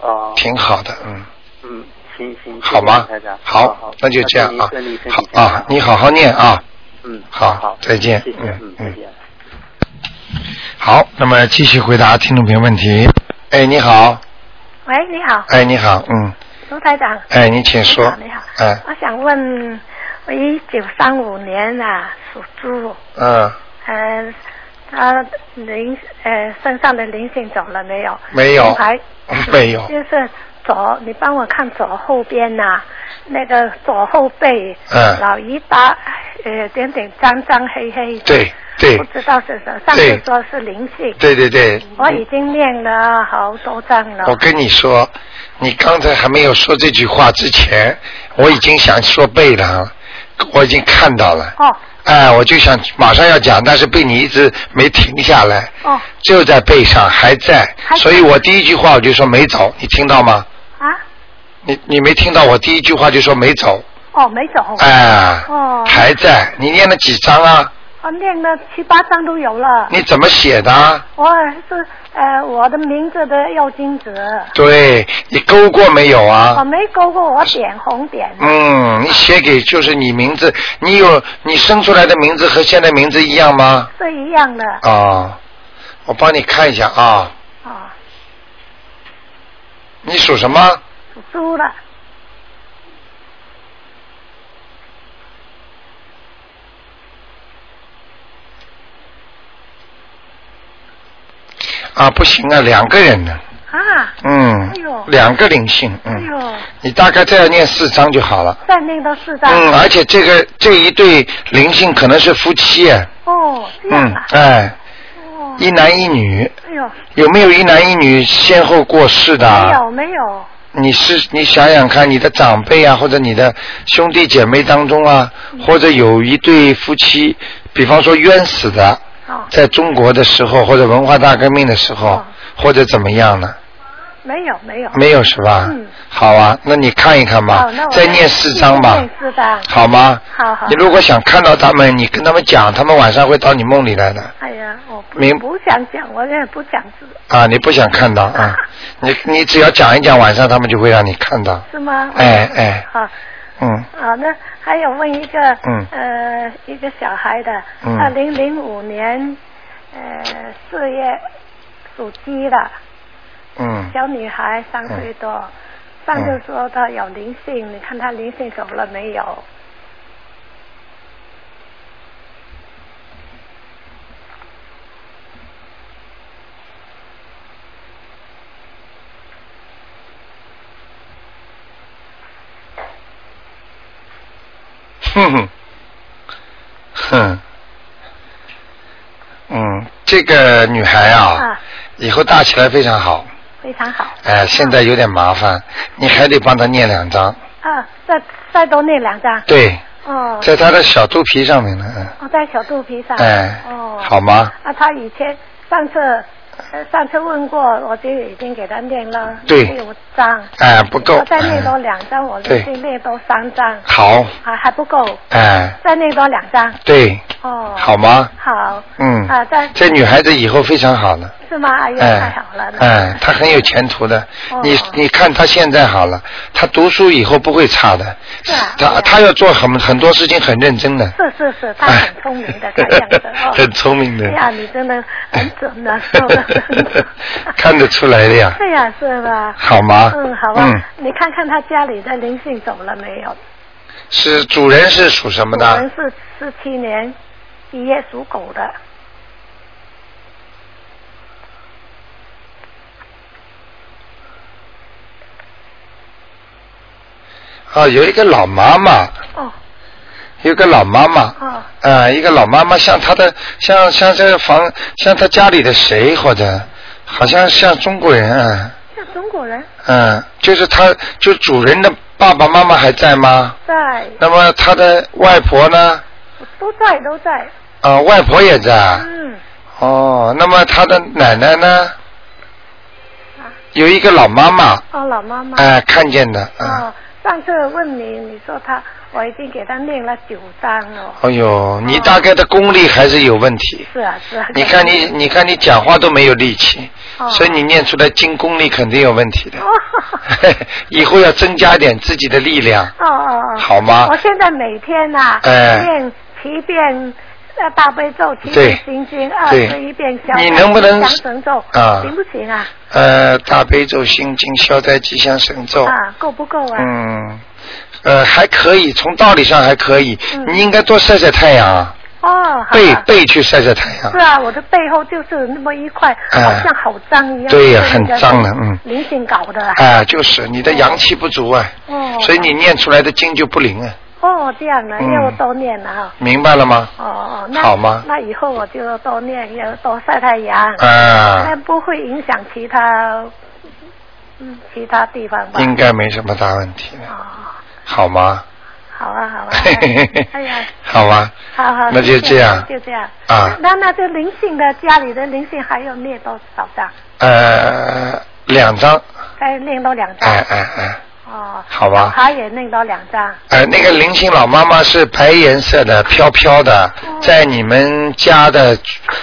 Speaker 4: 哦，
Speaker 1: 挺好的，嗯，
Speaker 4: 嗯，行行，
Speaker 1: 好
Speaker 4: 谢谢
Speaker 1: 吗
Speaker 4: 台长，？
Speaker 1: 好
Speaker 4: 好，，
Speaker 1: 那就这样啊
Speaker 4: 祝您顺利身，体
Speaker 1: 好
Speaker 4: 健康
Speaker 1: 啊，你好好念啊，
Speaker 4: 嗯，
Speaker 1: 好
Speaker 4: 好，
Speaker 1: 再见
Speaker 4: 谢谢，
Speaker 1: 嗯
Speaker 4: 嗯，再
Speaker 1: 嗯
Speaker 4: 见。
Speaker 1: 好，那么继续回答听众朋友问题。哎，你好，
Speaker 5: 喂，你好，
Speaker 1: 哎，你好，嗯，
Speaker 5: 卢台长。
Speaker 1: 哎，你请说，
Speaker 5: 你好，你
Speaker 1: 哎
Speaker 5: 好，我想问，我一九三五年啊，属猪，
Speaker 1: 嗯，
Speaker 5: 呃，他灵呃身上的灵性走了没有？
Speaker 1: 没有
Speaker 5: 还
Speaker 1: 没有
Speaker 5: 就是左，你帮我看左后边呐、那个左后背，
Speaker 1: 嗯
Speaker 5: 老一搭呃点点脏脏黑黑的，
Speaker 1: 对对
Speaker 5: 不知道是什么，上次
Speaker 1: 对
Speaker 5: 说是灵性，
Speaker 1: 对对对，
Speaker 5: 我已经念了好多章了，
Speaker 1: 我跟你说，你刚才还没有说这句话之前，我已经想说背了啊，我已经看到了。
Speaker 5: 哦
Speaker 1: 哎，我就想马上要讲，但是被你一直没停下来，
Speaker 5: 哦
Speaker 1: 就在背上还在，
Speaker 5: 还在
Speaker 1: 所以我第一句话我就说没走，你听到吗？
Speaker 5: 啊
Speaker 1: 你你没听到我第一句话就说没走，
Speaker 5: 哦没走，
Speaker 1: 哎，
Speaker 5: 哦
Speaker 1: 还在，你念了几张啊？
Speaker 5: 我念了七八章都有了，
Speaker 1: 你怎么写的啊？
Speaker 5: 我是呃我的名字的要金子，
Speaker 1: 啊对你勾过没有啊？
Speaker 5: 我没勾过，我点红点。
Speaker 1: 嗯，你写给就是你名字，你有你生出来的名字和现在名字一样吗？
Speaker 5: 是一样的
Speaker 1: 啊、我帮你看一下啊，
Speaker 5: 啊，
Speaker 1: 你属什么？
Speaker 5: 属猪的，
Speaker 1: 啊，不行啊，两个人呢，
Speaker 5: 啊，
Speaker 1: 嗯
Speaker 5: 哎呦，
Speaker 1: 两个灵性，
Speaker 5: 哎
Speaker 1: 嗯，
Speaker 5: 呦，
Speaker 1: 你大概再要念四章就好了。
Speaker 5: 再念到四张，
Speaker 1: 嗯，而且这个这一对灵性可能是夫妻，哎
Speaker 5: 哦，这样
Speaker 1: 嗯
Speaker 5: 啊，，
Speaker 1: 哎，
Speaker 5: 哦，
Speaker 1: 一男一女，
Speaker 5: 哎呦，
Speaker 1: 有没有一男一女先后过世的啊？
Speaker 5: 没有没有，
Speaker 1: 你是你想想看，你的长辈啊，或者你的兄弟姐妹当中啊，
Speaker 5: 嗯
Speaker 1: 或者有一对夫妻，比方说冤死的，
Speaker 5: 哦，
Speaker 1: 在中国的时候，或者文化大革命的时候
Speaker 5: 哦，
Speaker 1: 或者怎么样呢？
Speaker 5: 没有没有，
Speaker 1: 没有是吧
Speaker 5: 嗯？
Speaker 1: 好啊，那你看一看吧
Speaker 5: 哦那，我
Speaker 1: 再念四章吧
Speaker 5: 念，四张，
Speaker 1: 好吗？
Speaker 5: 好好
Speaker 1: 你，如果想看到他们，你跟他们讲，他们晚上会到你梦里来的
Speaker 5: 哎呀，我不
Speaker 1: 明
Speaker 5: 不想讲，我也不想知，
Speaker 1: 啊！你不想看到
Speaker 5: [LAUGHS]
Speaker 1: 啊？你你只要讲一讲，晚上他们就会让你看到。
Speaker 5: 是吗？
Speaker 1: 哎哎，
Speaker 5: 好。
Speaker 1: 嗯，
Speaker 5: 好的，还有问一个，
Speaker 1: 嗯
Speaker 5: 呃，一个小孩的，
Speaker 1: 嗯
Speaker 5: 二零零五年，呃，四月属鸡的，
Speaker 1: 嗯。
Speaker 5: 小女孩三岁多，上就说她有灵性，你看她灵性走了没有？
Speaker 1: 哼哼，嗯哼，嗯，这个女孩啊，
Speaker 5: 啊，
Speaker 1: 以后大起来非常好。
Speaker 5: 非常好
Speaker 1: 哎，现在有点麻烦，你还得帮她念两张。
Speaker 5: 啊，再再多那两张
Speaker 1: 对，
Speaker 5: 哦，
Speaker 1: 嗯在她的小肚皮上面呢。
Speaker 5: 我在小肚皮上，
Speaker 1: 嗯哎，
Speaker 5: 哦，
Speaker 1: 好吗？
Speaker 5: 啊，她以前上次。呃上次问过，我就已经给她念了
Speaker 1: 对
Speaker 5: 六张，
Speaker 1: 哎，不够
Speaker 5: 我。再念多
Speaker 1: 嗯
Speaker 5: 两张，我
Speaker 1: 对
Speaker 5: 连续念多三张，
Speaker 1: 好，
Speaker 5: 还还不够，
Speaker 1: 哎，
Speaker 5: 再念多两张。
Speaker 1: 对，
Speaker 5: 哦，
Speaker 1: 好吗？
Speaker 5: 好，
Speaker 1: 嗯
Speaker 5: 啊，再
Speaker 1: 这女孩子以后非常好的。
Speaker 5: 是吗？哎呀，
Speaker 1: 哎，
Speaker 5: 太好了，
Speaker 1: 哎，她很有前途的。
Speaker 5: 哦
Speaker 1: 你你看她现在好了，她读书以后不会差的。
Speaker 5: 是啊哎
Speaker 1: 她
Speaker 5: 呀
Speaker 1: 她要做很很多事情很认真的。
Speaker 5: 是是是，他很聪明的，看样子哦，
Speaker 1: 哎 [LAUGHS] 很聪明的。
Speaker 5: 哎呀，你真的很准 [LAUGHS] 的，说的很准
Speaker 1: [LAUGHS] 看得出来的
Speaker 5: [LAUGHS]
Speaker 1: 呀，
Speaker 5: 对呀，是吧？
Speaker 1: 好吗？
Speaker 5: 嗯，好吧，
Speaker 1: 嗯，
Speaker 5: 你看看他家里的灵性走了没有？
Speaker 1: 是主人是属什么
Speaker 5: 我们
Speaker 1: 的？
Speaker 5: 是四七年一月属狗的，
Speaker 1: 啊，有一个老妈妈，
Speaker 5: 哦
Speaker 1: 有一个老妈妈。
Speaker 5: 哦，
Speaker 1: 啊，一个老妈妈像她的像像这个房像她家里的谁或者好像像中国人啊，
Speaker 5: 像中国人
Speaker 1: 嗯，就是她就主人的爸爸妈妈还在吗？
Speaker 5: 在
Speaker 1: 那么她的外婆呢？
Speaker 5: 都在都在，
Speaker 1: 啊、外婆也在。
Speaker 5: 嗯，
Speaker 1: 哦，那么她的奶奶呢？有一个老妈妈，
Speaker 5: 哦，老妈妈。
Speaker 1: 哎、看见的，啊、
Speaker 5: 哦，上次问你，你说他，我已经给他念了九章了。
Speaker 1: 哎
Speaker 5: 哦
Speaker 1: 呦，你大概的功力还是有问题。
Speaker 5: 是啊，是啊。
Speaker 1: 你看你，你看你讲话都没有力气，
Speaker 5: 哦
Speaker 1: 所以你念出来经功力肯定有问题的。
Speaker 5: 哦
Speaker 1: [LAUGHS] 以后要增加点自己的力量，
Speaker 5: 哦哦哦。
Speaker 1: 好吗
Speaker 5: 我？现在每天呐、
Speaker 1: 哎
Speaker 5: 念七遍呃大悲咒，七
Speaker 1: 对
Speaker 5: 遍心经，二
Speaker 1: 对
Speaker 5: 十一遍消
Speaker 1: 你能不能
Speaker 5: 祥神咒
Speaker 1: 啊
Speaker 5: 行不行啊？
Speaker 1: 呃，大悲咒、心经、消灾吉祥神咒，
Speaker 5: 啊，够不够啊？
Speaker 1: 嗯，呃，还可以，从道理上还可以。
Speaker 5: 嗯
Speaker 1: 你应该多晒晒太阳啊，
Speaker 5: 哦，
Speaker 1: 背背去晒晒太阳
Speaker 5: 是。啊，我的背后就是那么一块，
Speaker 1: 哎
Speaker 5: 好像好脏一样。
Speaker 1: 对呀
Speaker 5: 被人家
Speaker 1: 很脏的嗯
Speaker 5: 灵性搞的啊。
Speaker 1: 啊，就是你的阳气不足啊，
Speaker 5: 哦
Speaker 1: 所以你念出来的经就不灵啊，
Speaker 5: 哦，这样呢，
Speaker 1: 嗯
Speaker 5: 要多念了哈。
Speaker 1: 明白了吗？
Speaker 5: 哦哦，那
Speaker 1: 好吗
Speaker 5: 那以后我就多念，要多晒太阳。那
Speaker 1: 啊，
Speaker 5: 不会影响其他，嗯，其他地方吧？
Speaker 1: 应该没什么大问题的，
Speaker 5: 哦，
Speaker 1: 好吗？
Speaker 5: 好啊，
Speaker 1: [LAUGHS]
Speaker 5: 好啊。
Speaker 1: 嘿嘿嘿
Speaker 5: 哎呀，
Speaker 1: [LAUGHS] 好吗？
Speaker 5: 好好。
Speaker 1: 那就
Speaker 5: 谢谢
Speaker 1: 这样
Speaker 5: 就这样。
Speaker 1: 啊，
Speaker 5: 那那这灵性的家里的灵性还要念多少张？
Speaker 1: 呃，两张，
Speaker 5: 再念多两张。
Speaker 1: 哎哎哎，
Speaker 5: 哦。
Speaker 1: 好吧
Speaker 5: 小孩也念多两张。
Speaker 1: 呃，那个灵性老妈妈是白颜色的，飘飘的，
Speaker 5: 哦
Speaker 1: 在你们家的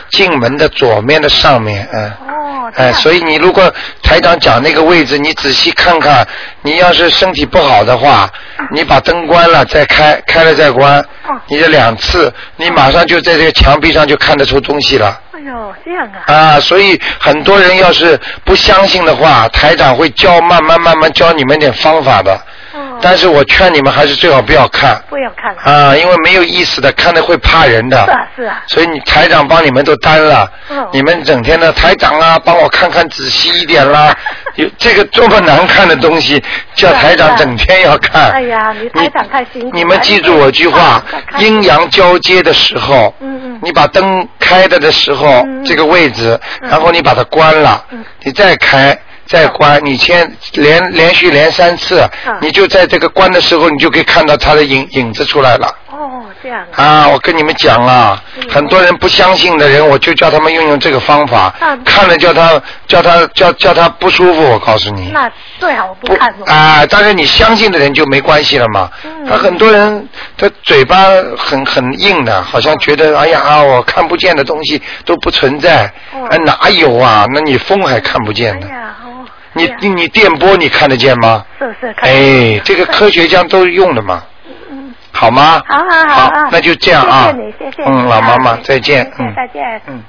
Speaker 1: 进门的左面的上面，嗯。
Speaker 5: 哦。这
Speaker 1: 哎，
Speaker 5: 样
Speaker 1: 所以你如果台长讲那个位置，你仔细看看，你要是身体不好的话，你把灯关了再开，开了再关
Speaker 5: 嗯哦，
Speaker 1: 你这两次，你马上就在这个墙壁上就看得出东西了
Speaker 5: 哎呦，这样啊。
Speaker 1: 啊！所以很多人要是不相信的话，台长会教慢慢慢慢教你们点方法的，
Speaker 5: 哦。
Speaker 1: 但是我劝你们还是最好不要看
Speaker 5: 不要看了。
Speaker 1: 啊，因为没有意思的，看的会怕人的。
Speaker 5: 是啊是啊。
Speaker 1: 所以你台长帮你们都担了，
Speaker 5: 嗯
Speaker 1: 你们整天的台长啊，帮我看看仔细一点
Speaker 5: [LAUGHS]
Speaker 1: 啦，有这个这么难看的东西，叫台长整天要看。
Speaker 5: 哎呀你台长太辛苦了
Speaker 1: 你们记住我句话
Speaker 5: 哎呀太，辛苦了
Speaker 1: 阴阳交接的时候，
Speaker 5: 嗯嗯
Speaker 1: 你把灯开的的时候，
Speaker 5: 嗯
Speaker 1: 这个位置，
Speaker 5: 嗯
Speaker 1: 然后你把它关了，
Speaker 5: 嗯
Speaker 1: 你再开。再关，你先连连续连三次，
Speaker 5: 嗯
Speaker 1: 你就在这个关的时候，你就可以看到它的影影子出来了。
Speaker 5: 哦，这样啊。
Speaker 1: 啊，我跟你们讲啊
Speaker 5: 嗯，
Speaker 1: 很多人不相信的人，我就叫他们用用这个方法
Speaker 5: 嗯，
Speaker 1: 看了叫他叫他叫叫他不舒服，我告诉你。
Speaker 5: 那最好不看哦了。
Speaker 1: 啊，但是你相信的人就没关系了嘛。
Speaker 5: 嗯
Speaker 1: 他很多人他嘴巴很很硬的，好像觉得哎呀啊，我看不见的东西都不存在，
Speaker 5: 哦
Speaker 1: 哎哪有啊？那你风还看不见
Speaker 5: 哎
Speaker 1: 呢，
Speaker 5: 呀，哦。
Speaker 1: 你
Speaker 5: 这样
Speaker 1: 你你电波你看得见吗？
Speaker 5: 是是。看
Speaker 1: 哎，这个科学家都用的嘛。
Speaker 5: 嗯。
Speaker 1: 好吗？
Speaker 5: 好好好啊
Speaker 1: 那就这样啊。
Speaker 5: 谢谢你谢谢你
Speaker 1: 嗯，老妈妈，
Speaker 5: 啊
Speaker 1: 再见。
Speaker 5: 谢谢
Speaker 1: 嗯，
Speaker 5: 再见
Speaker 1: 嗯。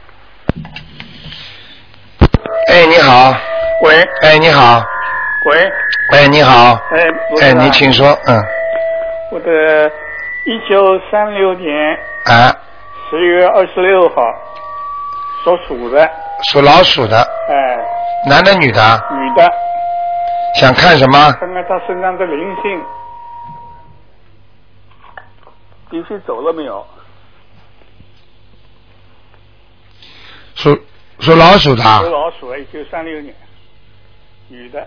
Speaker 1: 哎，你好。
Speaker 6: 喂
Speaker 1: 哎，你好。
Speaker 6: 喂，
Speaker 1: 哎，你好。
Speaker 6: 哎，罗
Speaker 1: 哎，
Speaker 6: 台长
Speaker 1: 你请说。嗯。
Speaker 6: 我的一九三六年
Speaker 1: 啊，
Speaker 6: 十月二十六号所属的，
Speaker 1: 属老鼠的，
Speaker 6: 哎，
Speaker 1: 男的女的啊，
Speaker 6: 女的，
Speaker 1: 想看什么？
Speaker 6: 看看她身上的灵性，灵性走了没有？
Speaker 1: 属属老鼠的啊
Speaker 6: 属。老鼠，一九三六年，女的，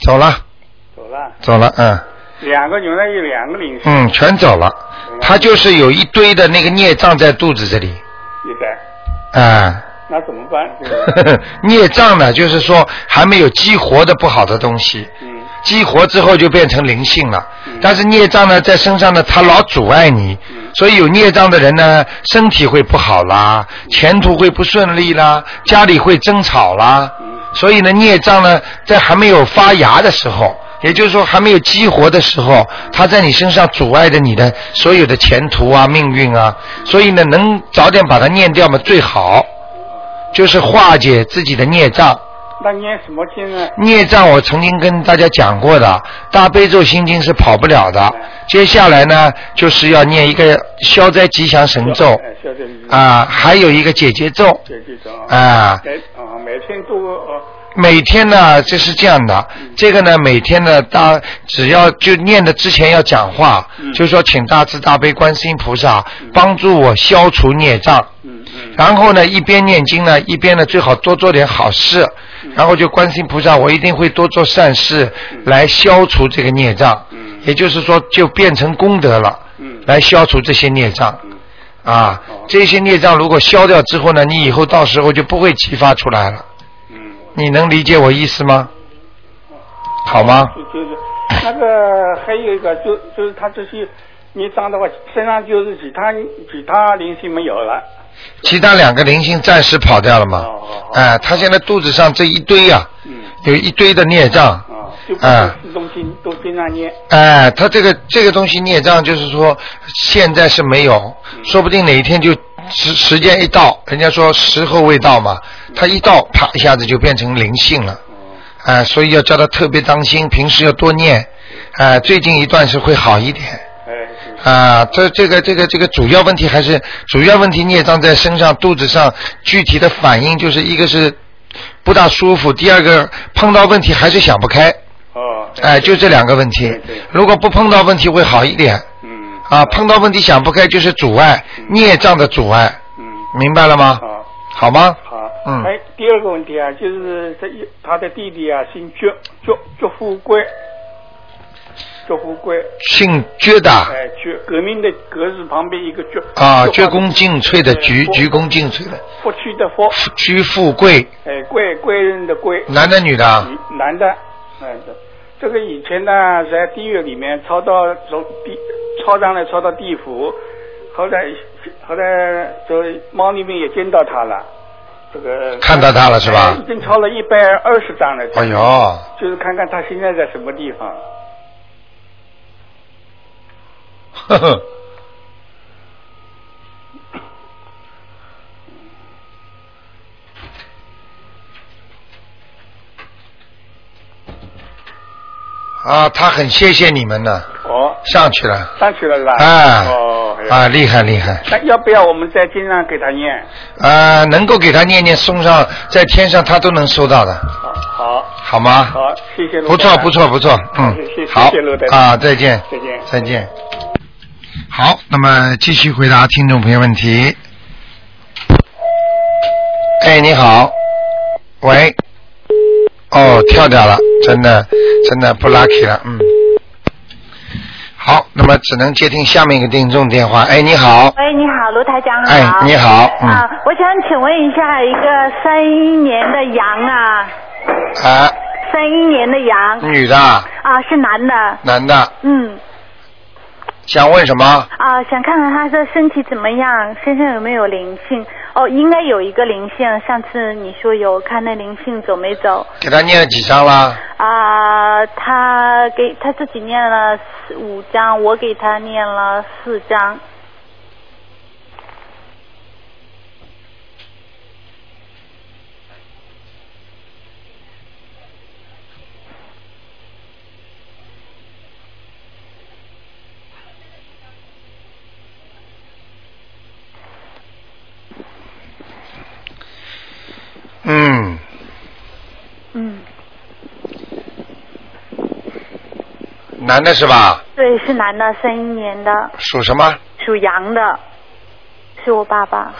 Speaker 1: 走了，
Speaker 6: 走了，
Speaker 1: 走了。嗯
Speaker 6: 两个女的有两个灵性，
Speaker 1: 嗯，全走了。他就是有一堆的那个孽障在肚子这里。
Speaker 6: 女的，
Speaker 1: 啊。 [LAUGHS]
Speaker 6: 那怎么办？这个
Speaker 1: 孽障呢，就是说还没有激活的不好的东西。
Speaker 6: 嗯，
Speaker 1: 激活之后就变成灵性了
Speaker 6: 嗯。
Speaker 1: 但是孽障呢，在身上呢，它老阻碍你
Speaker 6: 嗯，
Speaker 1: 所以有孽障的人呢，身体会不好啦，
Speaker 6: 嗯
Speaker 1: 前途会不顺利啦，家里会争吵啦
Speaker 6: 嗯。
Speaker 1: 所以呢，孽障呢，在还没有发芽的时候。也就是说，还没有激活的时候，它在你身上阻碍着你的所有的前途啊、命运啊，所以呢，能早点把它念掉嘛最好，就是化解自己的孽障。
Speaker 6: 那念什么经呢？
Speaker 1: 孽障我曾经跟大家讲过的，大悲咒心经是跑不了的。接下来呢，就是要念一个消灾吉祥神咒
Speaker 6: 哎，消灾吉祥
Speaker 1: 啊、还有一个解结咒
Speaker 6: 解决走啊。
Speaker 1: 啊、
Speaker 6: 每啊每天都呃
Speaker 1: 每天呢，这是这样的，这个呢，每天呢，大只要就念的之前要讲话，
Speaker 6: 嗯
Speaker 1: 就说请大慈大悲观世音菩萨帮助我消除孽障。
Speaker 6: 嗯嗯
Speaker 1: 然后呢，一边念经呢，一边呢最好多做点好事，
Speaker 6: 嗯
Speaker 1: 然后就观世音菩萨，我一定会多做善事来消除这个孽障，
Speaker 6: 嗯
Speaker 1: 也就是说就变成功德了，
Speaker 6: 嗯
Speaker 1: 来消除这些孽障
Speaker 6: 嗯。
Speaker 1: 啊
Speaker 6: 哦，
Speaker 1: 这些孽障如果消掉之后呢，你以后到时候就不会激发出来了。
Speaker 6: 嗯，
Speaker 1: 你能理解我意思吗？
Speaker 6: 哦
Speaker 1: 好吗？
Speaker 6: 就就是那个还有一个就就是他这些你脏的话，身上就是其他其他灵性没有了。
Speaker 1: 其他两个灵性暂时跑掉了嘛
Speaker 6: 哦哦？哦
Speaker 1: 哎，他现在肚子上这一堆啊，
Speaker 6: 嗯
Speaker 1: 有一堆的孽障。
Speaker 6: 啊，就不
Speaker 1: 哎
Speaker 6: 是东西都经常念。
Speaker 1: 哎，他这个这个东西孽障，就是说现在是没有，说不定哪一天就时时间一到，人家说时候未到嘛，他一到啪一下子就变成灵性了，
Speaker 4: 哦嗯
Speaker 1: 啊啊哎，所以要叫他特别当心，平时要多念，哎，最近一段是会好一点，啊，这这个这个这个主要问题还是主要问题孽障在身上、肚子上，具体的反应就是一个是不大舒服，第二个碰到问题还是想不开，
Speaker 4: 어,
Speaker 6: 哦，
Speaker 4: 네.
Speaker 1: 哎，就这两个问题
Speaker 6: 对对。
Speaker 1: 如果不碰到问题会好一点，
Speaker 6: 嗯，
Speaker 1: 啊，
Speaker 4: 음.
Speaker 1: 碰到问题想不开就是阻碍，孽障的阻碍，
Speaker 6: 嗯，
Speaker 1: 明白了吗？
Speaker 6: 好，
Speaker 1: 好吗？
Speaker 4: 아,
Speaker 6: 好，
Speaker 1: 嗯
Speaker 6: 哎，第二个问题啊，就是他一他的弟弟啊，姓薛，薛薛富贵，薛富贵，
Speaker 1: 姓薛的
Speaker 6: 哎，薛革命的革字旁边一个薛，
Speaker 1: 啊，
Speaker 6: 薛
Speaker 1: 鞠躬尽瘁的鞠，
Speaker 6: 对
Speaker 1: 鞠躬尽瘁的
Speaker 6: 富区的富，
Speaker 1: 鞠富贵，
Speaker 6: 哎，贵贵人的贵，
Speaker 1: 男的女的啊？
Speaker 6: 女男的，男的。这个以前呢，在地狱里面超到从地超上来超到地府，后来后来这猫里面也见到他了，这个
Speaker 1: 看到他了是吧
Speaker 6: 哎已经超了一百二十张了。
Speaker 1: 哎呦，
Speaker 6: 就是看看他现在在什么地方。
Speaker 1: 呵呵， [LAUGHS] 啊，他很谢谢你们呢，
Speaker 6: 哦，
Speaker 1: 上去了，
Speaker 6: 上去了是吧？
Speaker 1: 哎
Speaker 6: 哦，
Speaker 4: 어, 예.
Speaker 6: 哎，呀
Speaker 1: 啊，厉害厉害，
Speaker 6: 那要不要我们再经常给他念？
Speaker 1: 啊，能够给他念念送上，在天上他都能收到的，
Speaker 6: 好，
Speaker 4: 아,
Speaker 6: 好，
Speaker 1: 好吗？
Speaker 6: 好，谢谢卢
Speaker 1: 不
Speaker 6: 台
Speaker 1: 错
Speaker 6: 长
Speaker 1: 不错不错，嗯
Speaker 6: 谢谢，
Speaker 1: 好
Speaker 6: 谢谢陆队长
Speaker 1: 啊，再见，
Speaker 6: 再见
Speaker 1: 再见。好，那么继续回答听众朋友问题。哎，你好，喂，哦，跳掉了，真的真的不 lucky 了，嗯。好，那么只能接听下面一个听众电话。哎，你好，
Speaker 7: 喂，你好，卢台长好。
Speaker 1: 哎，你好，嗯，
Speaker 7: 啊，我想请问一下，一个三一年的羊啊，
Speaker 1: 啊，
Speaker 7: 三一年的羊
Speaker 1: 女的，
Speaker 7: 啊，是男的，
Speaker 1: 男的，
Speaker 7: 嗯，
Speaker 1: 想问什么？
Speaker 7: 啊，想看看他的身体怎么样，身上有没有灵性？哦，应该有一个灵性，啊上次你说有，看那灵性走没走？
Speaker 1: 给他念了几张啦？
Speaker 7: 啊，他给他自己念了四五章，我给他念了四章。
Speaker 1: 嗯，
Speaker 7: 嗯，
Speaker 1: 男的是吧？
Speaker 7: 对，是男的，三一年的，
Speaker 1: 属什么？
Speaker 7: 属羊的，是我爸爸。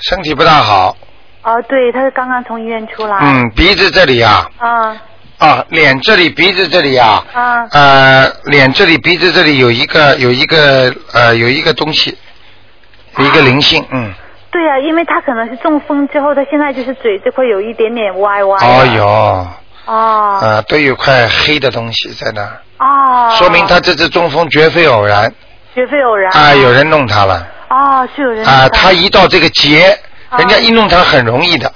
Speaker 1: 身体不大好。
Speaker 7: 哦，对，他是刚刚从医院出来。。
Speaker 1: 嗯，鼻子这里啊，
Speaker 7: 啊
Speaker 1: 啊，脸这里，鼻子这里啊，
Speaker 7: 啊
Speaker 1: 呃，脸这里，鼻子这里有一个有一个呃有一个东西，有一个灵性，嗯，
Speaker 7: 对呀、因为他可能是中风之后，他现在就是嘴这块有一点点歪歪。
Speaker 1: 哦。哟，
Speaker 7: 哦。
Speaker 1: 啊，都有块黑的东西在那儿，
Speaker 7: 哦。
Speaker 1: 说明他这次中风绝非偶然
Speaker 7: 绝非偶然。
Speaker 1: 啊，有。人弄他了
Speaker 7: 哦，是有人。
Speaker 1: 啊，他。一到这个节，
Speaker 7: 哦
Speaker 1: 人家一弄他很容易的，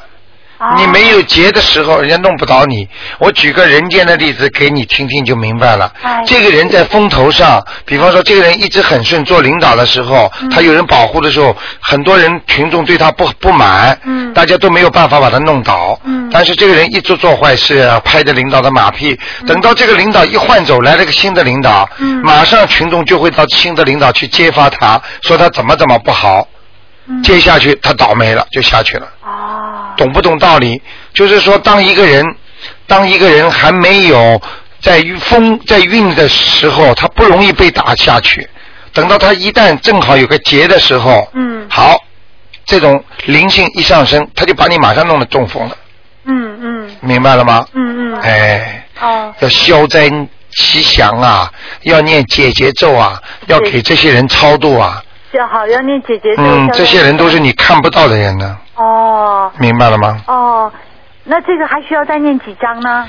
Speaker 7: 哦、
Speaker 1: 你没。有劫的时候，人家弄不倒你。我举个人间的例子给你听听就明白了。
Speaker 7: 哎
Speaker 1: 这个人在风头上，比方说这个人一直很顺，做领导的时候，
Speaker 7: 嗯
Speaker 1: 他有人保护的时候，很多人群众对他不不满，
Speaker 7: 嗯
Speaker 1: 大家都没有办法把他弄倒。
Speaker 7: 嗯
Speaker 1: 但是这个人一直做坏事啊，拍着领导的马屁，等到这个领导一换走，来了个新的领导，
Speaker 7: 嗯
Speaker 1: 马上群众就会到新的领导去揭发他，说他怎么怎么不好，
Speaker 7: 嗯
Speaker 1: 接下去他倒霉了，就下去了。
Speaker 7: 哦。
Speaker 1: 懂不懂道理？就是说，当一个人，当一个人还没有在风在运的时候，他不容易被打下去。等到他一旦正好有个劫的时候，
Speaker 7: 嗯
Speaker 1: 好，这种灵性一上升，他就把你马上弄得中风了，
Speaker 7: 嗯嗯
Speaker 1: 明白了吗？
Speaker 7: 嗯嗯。。
Speaker 1: 哎，
Speaker 7: 哦。
Speaker 1: 要消灾吉祥啊，要念解结咒啊，要
Speaker 7: 对
Speaker 1: 给这些人超度啊。
Speaker 7: 就好，要念姐姐。
Speaker 1: 嗯，这些人都是。你看不到的人呢，
Speaker 7: 哦
Speaker 1: 明白了吗？
Speaker 7: 哦，那这个还需要再念几张呢？